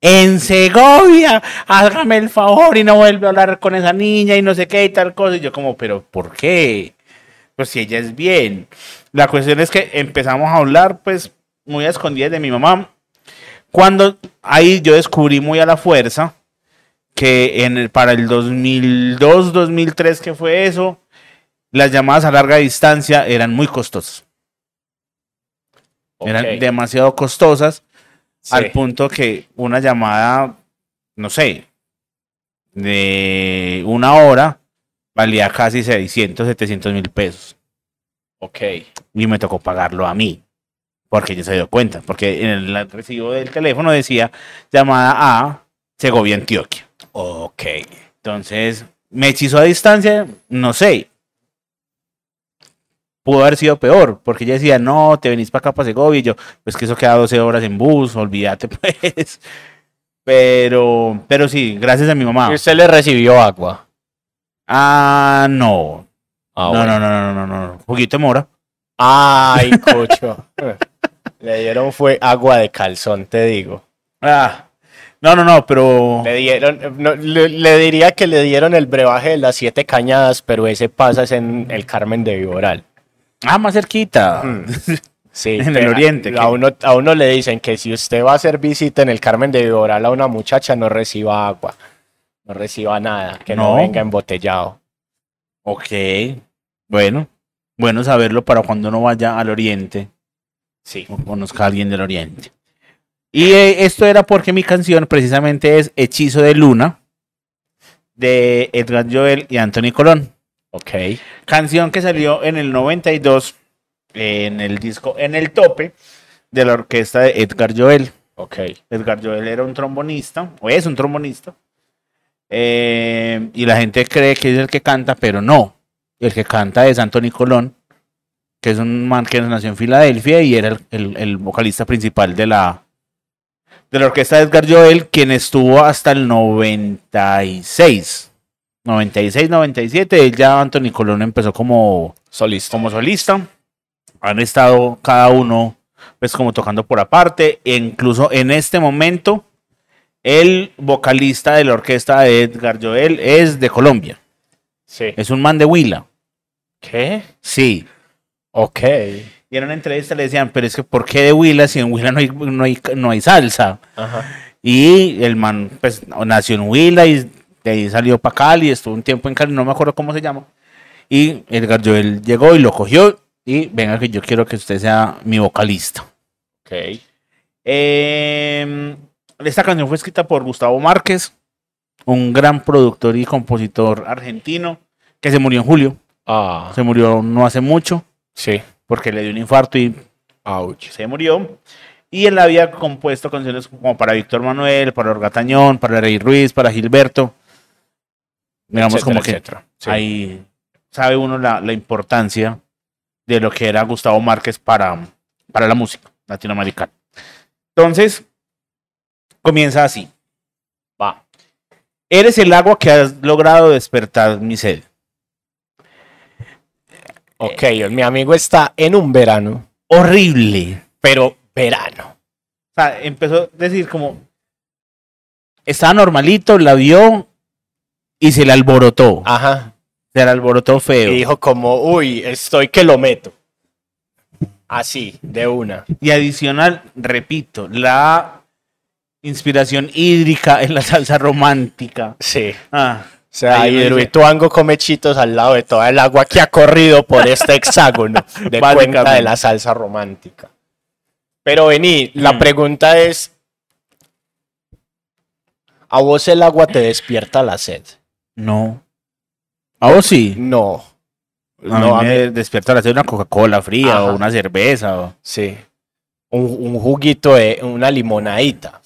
B: En Segovia, hágame el favor y no vuelve a hablar con esa niña y no sé qué y tal cosa. Y yo como, pero ¿por qué? Pues si ella es bien. La cuestión es que empezamos a hablar pues muy a escondidas de mi mamá. Cuando ahí yo descubrí muy a la fuerza que en el, para el 2002, 2003 que fue eso, las llamadas a larga distancia eran muy costosas.
C: ok,
B: Eran demasiado costosas
C: sí.
B: al punto que una llamada, no sé, de una hora valía casi 600, 700 mil pesos.
C: Ok,
B: Y me tocó pagarlo a mí, porque yo se dio cuenta, porque en el recibo del teléfono decía llamada a Segovia, Antioquia.
C: ok.
B: Entonces, me hechizó a distancia, no sé. Pudo haber sido peor, porque ella decía, no, te venís para acá, para Segovia. Y yo, pues que eso queda 12 horas en bus, olvídate, pues. Pero, pero sí, gracias a mi mamá.
C: ¿Y usted le recibió agua?
B: Ah, no.
C: Ah,
B: no,
C: bueno.
B: no, no, no, no, no, no. Un poquito de mora.
C: Ay, cocho. le dieron fue agua de calzón, te digo.
B: Ah, no, no, no, pero.
C: Le dieron, no, le, le diría que le dieron el brebaje de las siete cañadas, pero ese pasa es en el Carmen de Viboral.
B: Ah, más cerquita.
C: Mm. Sí,
B: En el
C: pero
B: oriente,
C: A
B: ¿qué?
C: uno, a uno le dicen que si usted va a hacer visita en el Carmen de Viboral a una muchacha, no reciba agua, no reciba nada, que
B: No.
C: no, venga embotellado.
B: Ok. Bueno, bueno saberlo para cuando uno vaya al oriente.
C: Sí.
B: o conozca a alguien del oriente. Y eh, esto era porque mi canción precisamente es Hechizo de Luna de Edgar Joel y Anthony Colón.
C: Ok.
B: Canción que salió en el 92 en el disco En el Tope de la orquesta de Edgar Joel.
C: Ok.
B: Edgar Joel era un trombonista, o es un trombonista. eh, y la gente cree que es el que canta, pero no. El que canta es Anthony Colón, que es un man que nació en Filadelfia y era el, el- el vocalista principal de la, de la orquesta de Edgar Joel, quien estuvo hasta el 96. 96, 97. Él ya Anthony Colón empezó como
C: Solista.
B: como solista. Han estado cada uno, pues como tocando por aparte. E incluso en este momento, el vocalista de la orquesta de Edgar Joel es de Colombia.
C: Sí.
B: Es un man de Huila.
C: ¿Qué?
B: Sí.
C: Ok.
B: Y en una entrevista le decían, pero es que ¿por qué de Huila si en Huila no hay, no hay, no hay salsa?
C: Ajá.
B: Y el man, pues, nació en Huila y de ahí salió para Cali, estuvo un tiempo en Cali, no me acuerdo cómo se llama. Y Edgar Joel llegó y lo cogió y venga que yo quiero que usted sea mi vocalista.
C: Ok.
B: Eh, esta canción fue escrita por Gustavo Márquez, un gran productor y compositor argentino que se murió en julio.
C: Ah,
B: Se murió no hace mucho
C: sí.
B: porque le dio un infarto y
C: Ouch.
B: se murió. Y él había compuesto canciones como para Víctor Manuel, para Orga Tañón, para Rey Ruiz, para Gilberto. Digamos
C: Etcétera,
B: como que
C: etcétera. Sí.
B: ahí sabe uno la, la importancia de lo que era Gustavo Márquez para, para la música latinoamericana. Entonces, comienza así. Eh,
C: Va.
B: Eres el agua que has logrado despertar mi sed.
C: Ok, mi amigo está en un verano,
B: Horrible.
C: pero verano.
B: O sea, empezó a decir como... Estaba normalito, la vio y se le alborotó.
C: Ajá.
B: Se le alborotó feo.
C: Y dijo como, uy, estoy que lo meto. Así, de una.
B: Y adicional, repito, la inspiración hídrica en la salsa romántica.
C: Sí.
B: Ah,
C: O sea,
B: Ahí
C: y
B: uno dice-
C: Hidroituango come chitos al lado de toda el agua que ha corrido por este hexágono de cuenca de
B: Básicamente.
C: la salsa romántica. Pero vení, la
B: Mm.
C: pregunta es, ¿a vos el agua te despierta la sed?
B: no. ¿A vos sí?
C: No.
B: A
C: No, a
B: mí
C: mí-
B: me despierta la sed una Coca-Cola fría
C: Ajá.
B: o una cerveza o
C: Sí. Un, un juguito de una limonadita.
B: un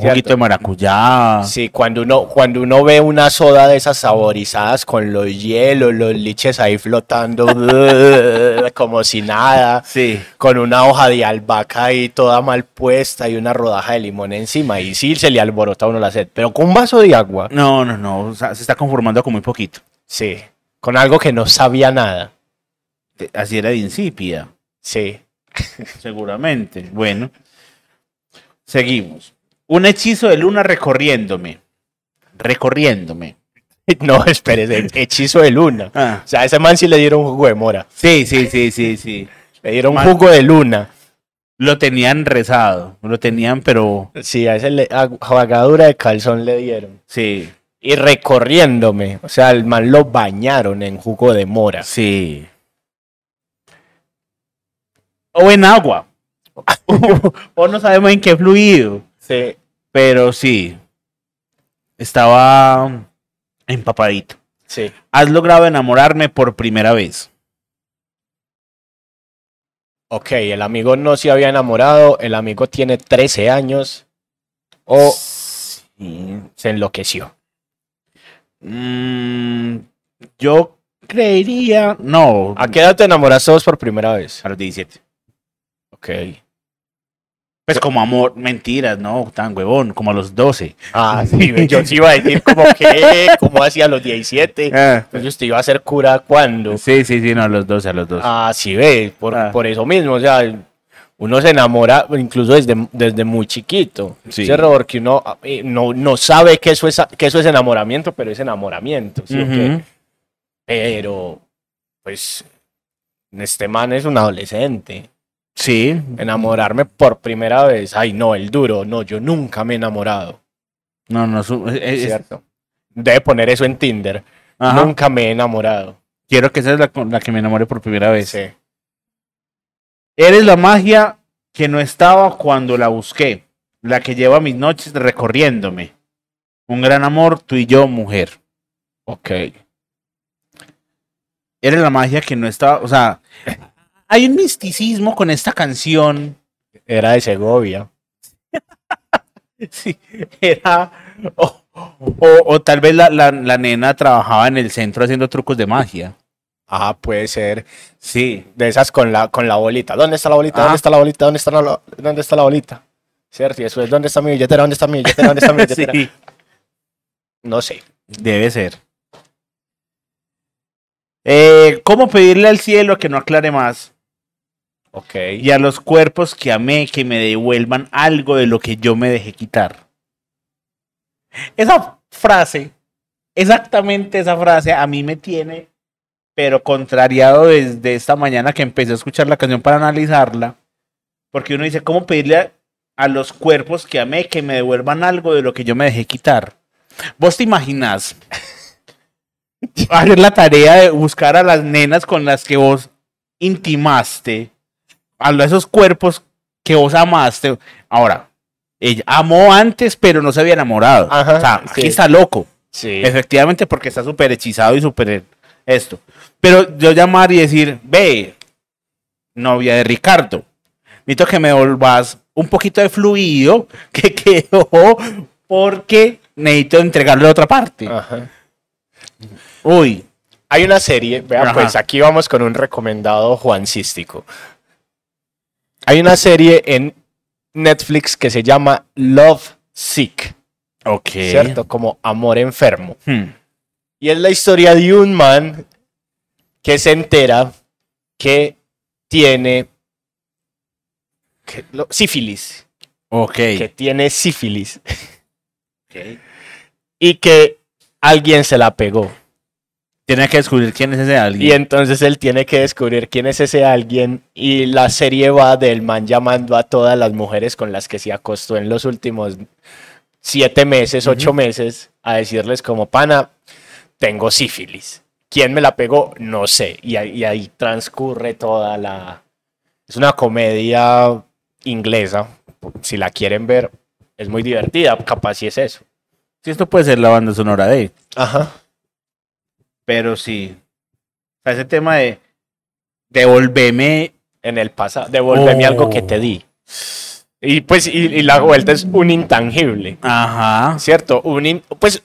C: Cierto.
B: juguito de maracuyá.
C: Sí, cuando uno, cuando uno ve una soda de esas saborizadas con los hielos, los liches ahí flotando, como si nada.
B: Sí.
C: con una hoja de albahaca ahí toda mal puesta y una rodaja de limón encima. Y sí, se le alborota a uno la sed. Pero con un vaso de agua.
B: No, no, no. o sea, se está conformando con muy poquito.
C: Sí. Con algo que no sabía nada.
B: Te- Eh, Así era de insípida,
C: Sí.
B: seguramente. Bueno. Seguimos. Un hechizo de luna recorriéndome. Recorriéndome.
C: No, espérese. Hechizo de luna.
B: Ah.
C: O sea, a ese man sí le dieron jugo de mora.
B: Sí, sí, sí, sí, sí.
C: Le dieron
B: Man.
C: jugo de luna.
B: Lo tenían rezado, lo tenían, pero
C: Sí, a ese le, a- jugadura de calzón le dieron.
B: sí,
C: Y recorriéndome. O sea, el man lo bañaron en jugo de mora.
B: sí. O en agua. o no sabemos en qué fluido,
C: Sí.
B: pero sí. Estaba empapadito.
C: Sí.
B: Has logrado enamorarme por primera vez.
C: Ok, el amigo no se había enamorado, el amigo tiene 13 años o
B: Sí.
C: se enloqueció.
B: Mm, yo creería. No,
C: ¿A qué edad te enamoraste vos por primera vez?
B: a los 17.
C: Ok.
B: Pues como amor, mentiras, no, tan huevón, como a los 12.
C: Ah, sí, yo sí iba a decir como que, como hacía a los 17.
B: Ah.
C: Entonces usted iba a ser cura cuando.
B: Sí, sí, sí, no, a los 12, a los 12.
C: Ah, sí, ve, por,
B: Ah.
C: por eso mismo, o sea, uno se enamora incluso desde, desde muy chiquito.
B: Sí.
C: ¿cierto? Porque uno eh, no, no sabe que eso, es, que eso es enamoramiento, pero es enamoramiento. ¿sí o qué?
B: Ujú.
C: Pero, pues, este man es un adolescente.
B: Sí.
C: Enamorarme por primera vez. Ay, no, el duro. No, yo nunca me he enamorado.
B: No, no, su- eh, es- es-
C: ¿Cierto? Debe poner eso en Tinder.
B: Ajá.
C: Nunca me he enamorado.
B: Quiero que esa es la, con la que me enamoré por primera vez.
C: Sí.
B: Eres la magia que no estaba cuando la busqué, la que lleva mis noches recorriéndome. Un gran amor, tú y yo, mujer.
C: Ok.
B: Eres la magia que no estaba, o sea, hay un misticismo con esta canción.
C: Era de Segovia.
B: Sí, era. O, o- o tal vez la, la- la nena trabajaba en el centro haciendo trucos de magia.
C: Ah, puede ser.
B: Sí.
C: De esas con la, con la bolita. ¿Dónde está la bolita?
B: Ah.
C: ¿Dónde está la bolita? ¿Dónde está la, ¿Dónde está la bolita? ¿Cierto? Y eso es, ¿dónde está mi billetera? ¿Dónde está mi billetera? ¿Dónde está mi billetera?
B: Sí,
C: No sé.
B: debe ser. Eh, ¿Cómo pedirle al cielo que no aclare más?
C: Ok.
B: Y a los cuerpos que amé que me devuelvan algo de lo que yo me dejé quitar. Esa frase, exactamente esa frase, a mí me tiene pero contrariado desde esta mañana que empecé a escuchar la canción para analizarla, porque uno dice, ¿cómo pedirle a, a los cuerpos que amé que me devuelvan algo de lo que yo me dejé quitar? ¿Vos te imaginas hacer la tarea de buscar a las nenas con las que vos intimaste, a lo- esos cuerpos que vos amaste? Ahora, ella amó antes, pero no se había enamorado.
C: Ajá,
B: o sea, aquí
C: sí.
B: está loco.
C: Sí.
B: Efectivamente, porque está súper hechizado y súper esto. Pero yo llamar y decir, ve, novia de Ricardo, necesito que me volvás un poquito de fluido que quedó porque necesito entregarle otra parte.
C: Ajá.
B: Uy,
C: Hay una serie, vean,
B: Ajá.
C: pues aquí vamos con un recomendado juancístico. Hay una serie en Netflix que se llama Love Sick,
B: ok.
C: ¿cierto? Como amor enfermo.
B: Hmm.
C: Y es la historia de un man que se entera que tiene que lo- sífilis.
B: Ok.
C: Que tiene sífilis.
B: Ok.
C: Y que alguien se la pegó.
B: Tiene que descubrir quién es ese alguien.
C: Y entonces él tiene que descubrir quién es ese alguien. Y la serie va del man llamando a todas las mujeres con las que se acostó en los últimos siete meses, ocho meses, a decirles como, pana, tengo sífilis. ¿Quién me la pegó? No sé. Y ahí, y ahí transcurre toda la... Es una comedia inglesa. Si la quieren ver, es muy divertida. Capaz si es eso.
B: Sí, esto puede ser la banda sonora de.
C: Ajá.
B: Pero sí. O sea, ese tema de devolveme
C: en el pasado. Devuélveme
B: Oh.
C: algo que te di. Y pues, y, y la vuelta es un intangible,
B: Ajá.
C: ¿cierto? Un in- pues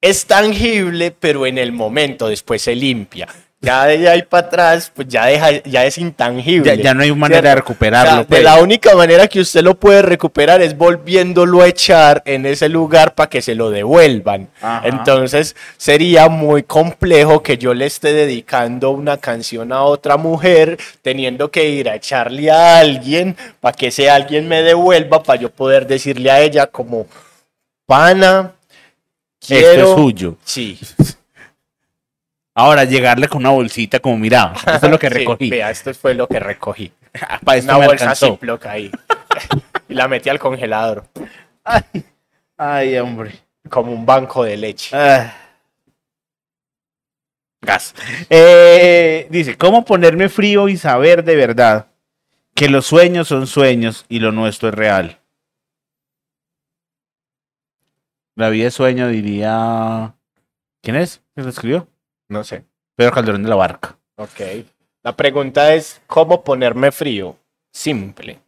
C: es tangible, pero en el momento, después se limpia. Ya de ahí para atrás, pues ya, deja, ya es intangible.
B: Ya, ya no hay manera de
C: ¿cierto? O sea,
B: recuperarlo.
C: de
B: pues.
C: la única manera que usted lo puede recuperar es volviéndolo a echar en ese lugar para que se lo devuelvan.
B: Ajá.
C: Entonces sería muy complejo que yo le esté dedicando una canción a otra mujer, teniendo que ir a echarle a alguien para que ese alguien me devuelva, para yo poder decirle a ella como, pana, quiero...
B: Esto es suyo.
C: Sí,
B: Ahora, llegarle con una bolsita como, mira, esto es lo que
C: sí,
B: recogí.
C: vea, esto fue lo que recogí.
B: Para esto
C: Una
B: me
C: bolsa
B: alcanzó.
C: Ziploc ahí. y la metí al congelador.
B: Ay, hombre.
C: como un banco de leche.
B: Ah. Gas. Eh, dice, ¿cómo ponerme frío y saber de verdad que los sueños son sueños y lo nuestro es real? La vida es sueño, diría... ¿Quién es? ¿Quién lo escribió?
C: No sé.
B: Pedro Calderón de la Barca.
C: Ok. La pregunta es, ¿cómo ponerme frío? Simple.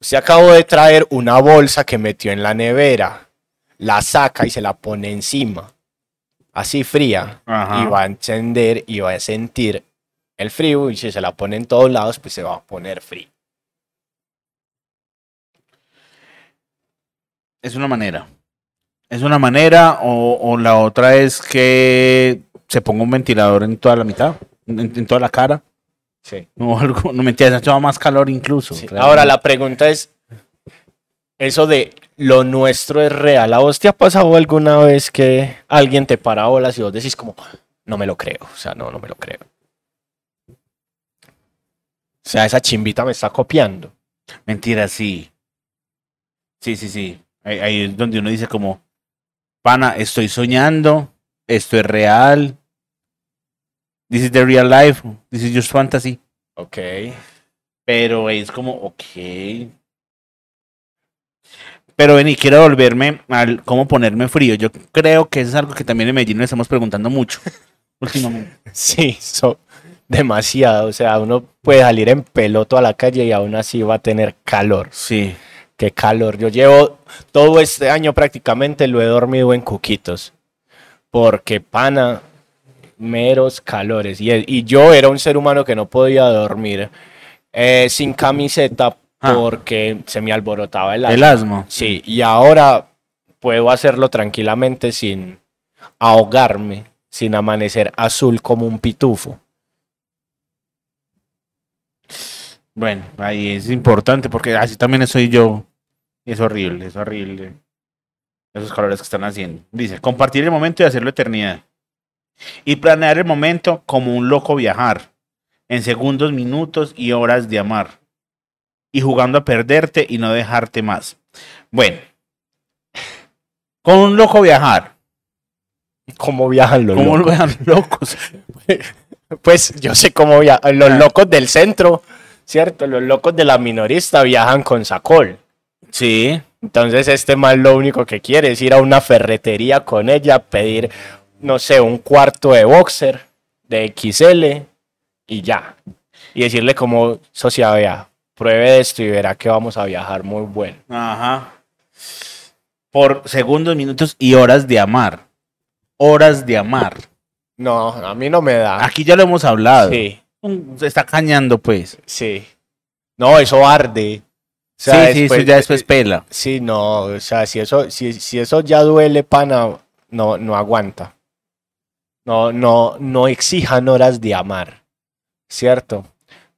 C: Usted acabó de traer una bolsa que metió en la nevera. La saca y se la pone encima. Así fría.
B: Ajá.
C: Y va a encender y va a sentir el frío. Y si se la pone en todos lados, pues se va a poner frío.
B: Es una manera. Es una manera, o, o la otra es que se ponga un ventilador en toda la mitad, en, en toda la cara,
C: Sí.
B: o algo. No mentiras, ha hecho más calor incluso.
C: Sí,
B: claro.
C: Ahora la pregunta es, eso de lo nuestro es real, ¿a vos te ha pasado alguna vez que alguien te para bolas y vos decís como, no me lo creo, o sea, no, no me lo creo? O sea, esa chimbita me está copiando.
B: Mentira, sí. Sí, sí, sí. Ahí, ahí es donde uno dice como, pana, estoy soñando, esto es real. This is the real life, this is just fantasy.
C: Ok.
B: Pero es como, ok. Pero vení, quiero volverme al cómo ponerme frío. Yo creo que eso es algo que también en Medellín nos estamos preguntando mucho últimamente.
C: Sí, so, demasiado. O sea, uno puede salir en peloto a la calle y aún así va a tener calor.
B: Sí.
C: Qué calor. Yo llevo todo este año prácticamente lo he dormido en cuquitos. Porque pana, meros calores. Y, y yo era un ser humano que no podía dormir eh, sin camiseta
B: Ah.
C: porque se me alborotaba el
B: El
C: alma.
B: asma.
C: Sí, y ahora puedo hacerlo tranquilamente sin ahogarme, sin amanecer azul como un pitufo.
B: Bueno, ahí es importante porque así también soy yo. Y es horrible, es horrible. Esos calores que están haciendo. Dice, compartir el momento y hacerlo eternidad. y planear el momento como un loco viajar, en segundos, minutos y horas de amar, y jugando a perderte y no dejarte más. Bueno, con un loco viajar,
C: ¿Cómo viajan los
B: como
C: locos?
B: lo vean locos,
C: Pues yo sé cómo viajan. Los locos del centro, ¿cierto? Los locos de la minorista viajan con sacol.
B: sí,
C: Entonces este mal lo único que quiere es ir a una ferretería con ella, pedir, no sé, un cuarto de boxer, de XL y ya. Y decirle como, socia, vea, pruebe esto y verá que vamos a viajar muy bueno.
B: ajá, por segundos, minutos y horas de amar, horas de amar.
C: No, a mí no me da.
B: Aquí ya lo hemos hablado.
C: Sí,
B: Un- Se está cañando, pues.
C: sí. No, eso arde. O sea,
B: sí, sí, eso ya después pela.
C: Sí, no, o sea, si eso, si, si eso ya duele, pana, no, no aguanta. No, no, no exijan horas de amar, ¿cierto?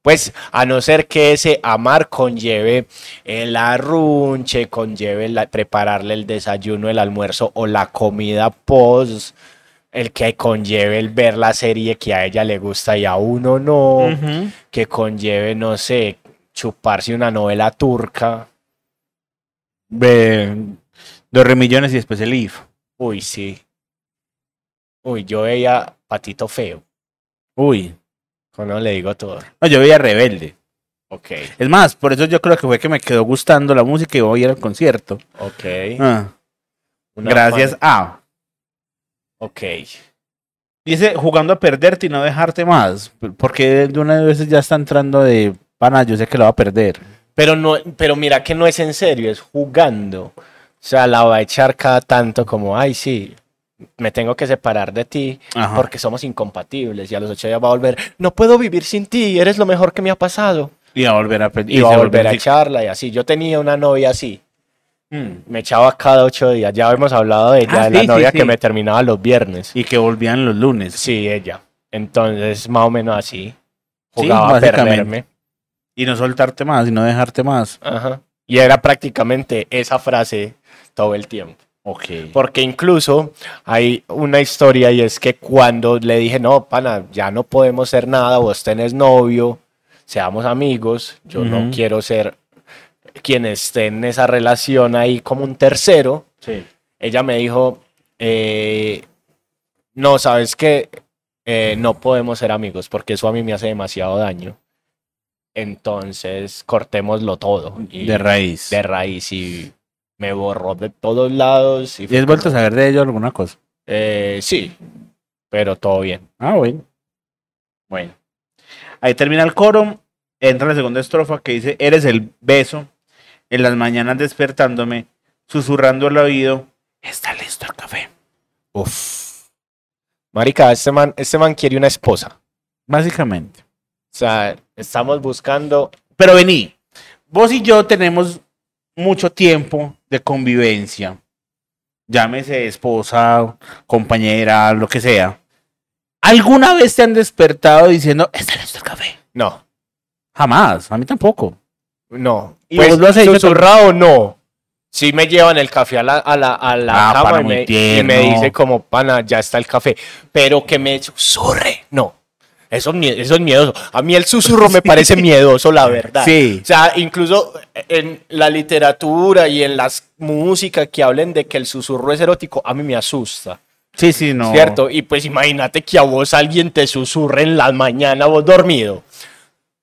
C: Pues a no ser que ese amar conlleve el arrunche, conlleve la- prepararle el desayuno, el almuerzo o la comida post, el que conlleve el ver la serie que a ella le gusta y a uno no
B: Ujú.
C: que conlleve, no sé, chuparse una novela turca.
B: Ve, dos remillones y después el IF.
C: Uy, sí. Uy, yo veía Patito Feo.
B: Uy.
C: Cuando le digo todo.
B: No, yo veía Rebelde.
C: Ok,
B: Es más, por eso yo creo que fue que me quedó gustando la música y voy a ir al concierto.
C: ok.
B: Ah,
C: Una
B: gracias
C: fan-
B: a.
C: Ok.
B: Dice, jugando a perderte y no dejarte más. Porque de una vez ya está entrando de. Pana, yo sé que lo va a perder.
C: Pero, no, pero mira que no es en serio, es jugando. O sea, la va a echar cada tanto como, ay, sí, me tengo que separar de ti
B: Ajá.
C: porque somos incompatibles. Y a los ocho días va a volver, no puedo vivir sin ti, eres lo mejor que me ha pasado.
B: Y va a volver a perder.
C: Y, va
B: se
C: a volver a
B: así.
C: echarla y así. Yo tenía una novia así.
B: Mm.
C: me echaba cada ocho días. Ya hemos hablado de
B: Ah,
C: ella, de
B: sí,
C: la
B: sí,
C: novia
B: sí.
C: que me terminaba los viernes.
B: Y que volvían los lunes.
C: Sí, ella. Entonces, más o menos así.
B: Sí,
C: Jugaba a
B: básicamente.
C: perderme.
B: Y no soltarte más y no dejarte más.
C: Ajá. Y era prácticamente esa frase todo el tiempo.
B: Ok.
C: Porque incluso hay una historia y es que cuando le dije, no, pana, ya no podemos ser nada, vos tenés novio, seamos amigos, yo no
B: Ujú.
C: quiero ser quien esté en esa relación ahí como un tercero,
B: Sí.
C: ella me dijo, eh, no, sabes que no podemos ser amigos porque eso a mí me hace demasiado daño. Entonces, cortémoslo todo. Y
B: De raíz.
C: de raíz y me borró de todos lados. Y
B: ¿Y has vuelto a saber de ellos alguna cosa?
C: Eh, sí, pero todo bien.
B: Ah, bueno. Bueno. Ahí termina el coro. Entra la segunda estrofa que dice: Eres el beso. En las mañanas despertándome, susurrando al oído: Está listo el café.
C: Uf. Marica, este man, este man quiere una esposa.
B: Básicamente.
C: O sea, estamos buscando.
B: Pero vení. Vos y yo tenemos mucho tiempo de convivencia. Llámese esposa, compañera, lo que sea. ¿Alguna vez te han despertado diciendo: Está listo el café?
C: No,
B: Jamás. A mí tampoco.
C: no.
B: ¿Y
C: Pues,
B: vos lo has hecho
C: susurrado no. Si me llevan el café a la, a la, a la
B: Ah,
C: cama
B: pana,
C: y
B: muy
C: me, y
B: tierno.
C: me dice como, pana, ya está el café. Pero que me susurre, no. Eso, es mie- eso es miedoso. A mí el susurro me parece miedoso, la verdad.
B: Sí.
C: O sea, incluso en la literatura y en las músicas que hablen de que el susurro es erótico, a mí me asusta.
B: Sí, sí, no.
C: ¿Cierto? Y pues imagínate que a vos alguien te susurre en la mañana, vos dormido.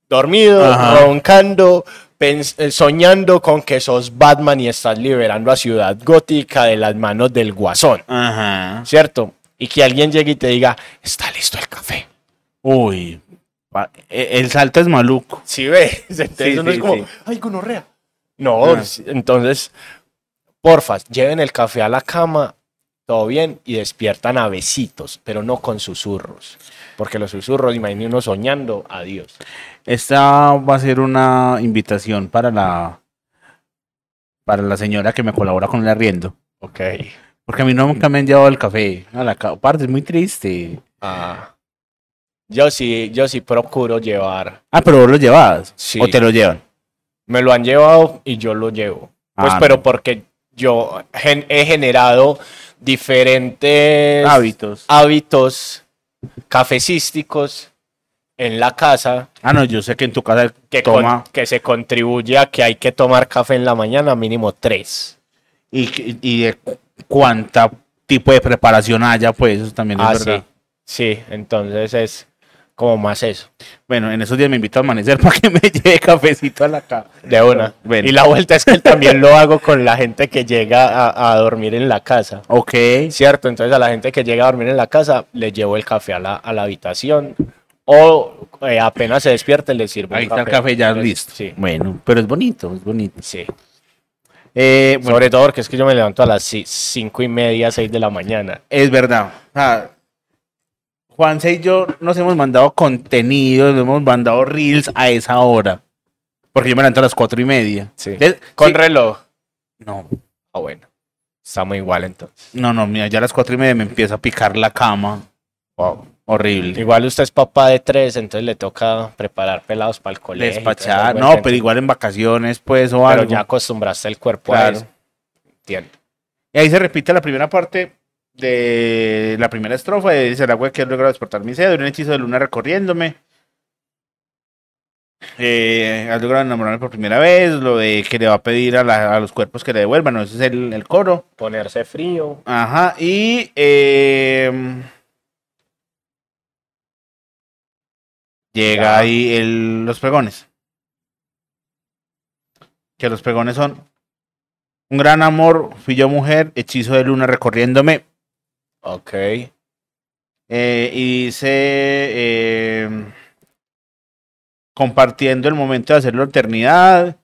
C: Dormido,
B: Ajá.
C: roncando, pens- eh, soñando con que sos Batman y estás liberando a Ciudad Gótica de las manos del guasón.
B: Ajá.
C: ¿Cierto? Y que alguien llegue y te diga, está listo el café.
B: Uy. pa- e- El salto es maluco.
C: Sí, ves. Entonces
B: Sí,
C: uno
B: sí,
C: es como,
B: sí.
C: ay, gonorrea. No,
B: Ah.
C: s- entonces, porfa, lleven el café a la cama, todo bien, y despiertan a besitos, pero no con susurros. Porque los susurros, imagínate uno soñando, adiós.
B: Esta va a ser una invitación para la para la señora que me colabora con el arriendo.
C: Ok.
B: Porque a mí nunca me han llevado el café. A la ca- parte es muy triste.
C: Ah. Yo sí, yo sí procuro llevar.
B: Ah, pero vos lo llevabas.
C: Sí.
B: O te lo llevan.
C: Me lo han llevado y yo lo llevo. Pues,
B: Ah,
C: pero
B: no.
C: porque yo gen- he generado diferentes ah,
B: Hábitos.
C: hábitos cafecísticos en la casa
B: Ah, no, yo sé que en tu casa
C: que, con-
B: toma
C: que se contribuye a que hay que tomar café en la mañana, mínimo tres.
B: y, y de cu- cuánta tipo de preparación haya, pues eso también es
C: Ah,
B: verdad.
C: sí. Sí, entonces es como más eso.
B: Bueno, en esos días me invito a amanecer para que me lleve cafecito a la casa.
C: De una.
B: Bueno.
C: Y la vuelta es que también lo hago con la gente que llega a, a dormir en la casa.
B: Ok.
C: Cierto, entonces a la gente que llega a dormir en la casa, le llevo el café a la, a la habitación. O eh, apenas se despierten, le sirvo
B: Ahí
C: un
B: está el café ya
C: Entonces,
B: listo.
C: Sí,
B: Bueno, pero es bonito, es bonito.
C: sí.
B: Eh, bueno,
C: Sobre todo porque es que yo me levanto a las ci- cinco y media, seis de la mañana.
B: es verdad. O sea, Juanse y yo nos hemos mandado contenido, nos hemos mandado reels a esa hora. Porque yo me levanto a las cuatro y media.
C: Sí.
B: Entonces,
C: Con
B: sí-
C: reloj.
B: no,
C: Ah, bueno. Estamos igual entonces.
B: no, no, mira, ya a las cuatro y media me empieza a picar la cama.
C: Wow.
B: Horrible.
C: Igual usted es papá de tres, entonces le toca preparar pelados para el colegio. y toda esa
B: Despachar.
C: vuelta,
B: No, pero
C: entonces-
B: igual en vacaciones, pues, o
C: Pero
B: algo.
C: ya acostumbraste el cuerpo
B: Claro.
C: a eso. Entiendo.
B: Y ahí se repite la primera parte de la primera estrofa de Dice el agua que logra despertar mi sed, un hechizo de luna recorriéndome. Eh, has logrado enamorarme por primera vez, lo de que le va a pedir a, la- a los cuerpos que le devuelvan, ¿no? ese es el, el coro.
C: Ponerse frío.
B: Ajá, y... eh, llega
C: Ya.
B: ahí el- los pregones. Que los pregones son... Un gran amor, fui yo mujer, hechizo de luna recorriéndome,
C: Ok.
B: eh, y dice, eh, compartiendo el momento de hacer la eternidad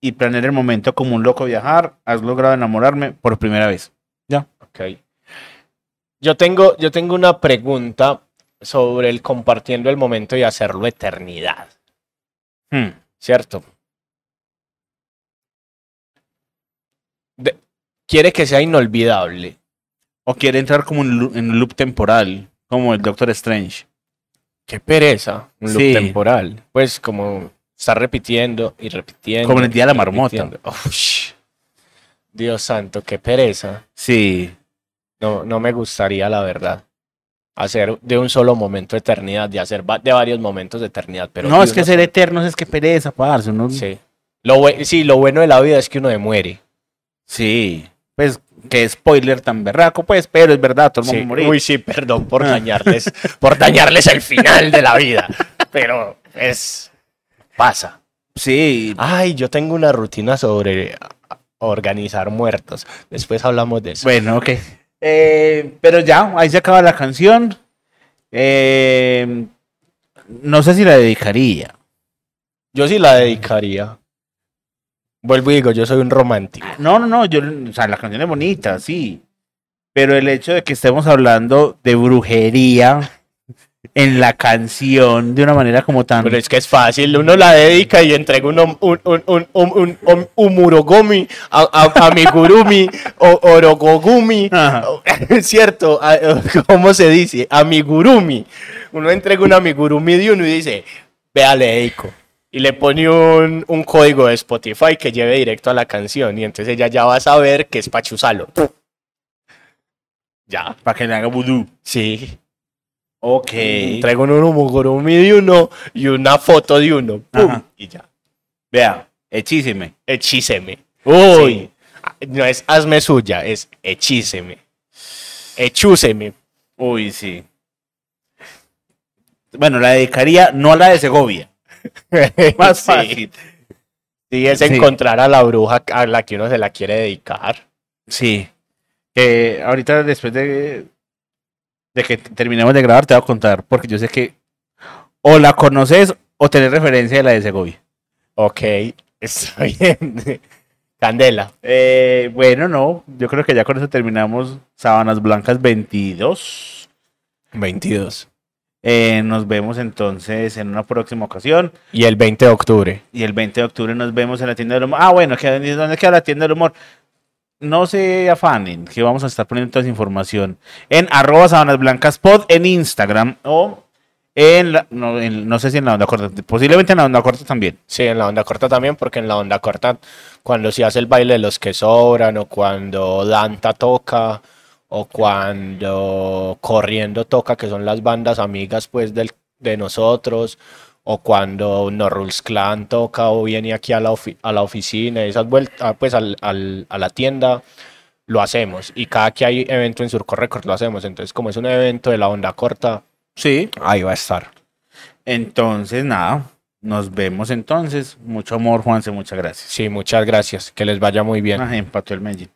B: y planear el momento como un loco viajar, has logrado enamorarme por primera vez.
C: Ok. Yo tengo, yo tengo una pregunta sobre el compartiendo el momento y hacerlo eternidad.
B: Hmm.
C: ¿Cierto? De- quiere que sea inolvidable.
B: O quiere entrar como en lu- en loop temporal, como el Doctor Strange.
C: Qué pereza. Un loop
B: Sí.
C: temporal. Pues como estar repitiendo y repitiendo.
B: Como en el Día de la
C: y
B: Marmota.
C: repitiendo. Uf, Dios santo, qué pereza.
B: Sí.
C: No, no me gustaría, la verdad. Hacer de un solo momento eternidad, de hacer va- de varios momentos de eternidad. Pero
B: no,
C: de
B: es que
C: uno
B: ser eternos es que pereza, parce. uno-
C: Sí. Lo, bue- sí, lo bueno de la vida es que uno se muere.
B: Sí. Pues, qué spoiler tan berraco, pues, pero es verdad, todo el mundo
C: Sí.
B: morir.
C: Uy, sí, perdón por dañarles, por dañarles el final de la vida. Pero es. pasa.
B: Sí.
C: Ay, yo tengo una rutina sobre ah, organizar muertos. Después hablamos de eso.
B: Bueno, ok. Eh, pero ya, ahí se acaba la canción. Eh, no sé si la dedicaría.
C: Yo sí la dedicaría. Vuelvo y digo, yo soy un romántico.
B: No, no, no, yo, o sea, la canción es bonita, sí. Pero el hecho de que estemos hablando de brujería en la canción de una manera como tan...
C: Pero es que es fácil, uno la dedica y entrega un, om- un, un, un, un, un, un- un murogomi a, a, a mi gurumi o orogogumi.
B: Ajá.
C: Es cierto, a- ¿cómo se dice? Amigurumi. Uno entrega un amigurumi de uno y dice, vea, le dedico. Y le pone un, un código de Spotify que lleve directo a la canción. Y entonces ella ya va a saber que es Pachusalo. Ya,
B: Para que le haga vudú.
C: sí.
B: Ok.
C: Entrega un amigurumi de uno y una foto de uno. ¡Pum!
B: Ajá.
C: Y ya.
B: Vea, hechísime.
C: Hechíceme.
B: Uy.
C: Uy. No es hazme suya, es hechíceme. Hechúseme.
B: Uy, sí. Bueno, la dedicaría no a la de Segovia. Más
C: Sí.
B: fácil.
C: Sí, es
B: Sí.
C: encontrar a la bruja a la que uno se la quiere dedicar.
B: Sí. Eh, ahorita después de, de que terminemos de grabar te voy a contar, porque yo sé que o la conoces o tenés referencia de la de Segovia.
C: Ok, está bien. Candela.
B: Eh, bueno, no, yo creo que ya con eso terminamos Sábanas Blancas 22.
C: 22.
B: Eh, nos vemos entonces en una próxima ocasión
C: Y el 20 de octubre.
B: y el 20 de octubre nos vemos en la tienda del humor. Ah, bueno, ¿qué- ¿dónde queda la tienda del humor? No se afanen, que vamos a estar poniendo toda esa información en arroba sabanas blancas pod en Instagram o en, la- no, en- no sé si en la onda corta, posiblemente en la onda corta también.
C: Sí, en la onda corta también, porque en la onda corta, cuando se hace el baile de los que sobran, o cuando Danta toca, o cuando Corriendo toca, que son las bandas amigas pues del, de nosotros, o cuando No Rules Clan toca o viene aquí a la, ofi- a la oficina, esas vueltas, pues al- al- a la tienda, lo hacemos. Y cada que hay evento en Surco Records lo hacemos. Entonces, como es un evento de la onda corta,
B: Sí.
C: ahí va a estar.
B: Entonces, nada. Nos vemos entonces. Mucho amor, Juanse. Muchas gracias.
C: Sí, muchas gracias. Que les vaya muy bien.
B: Ah, empató el Medellín.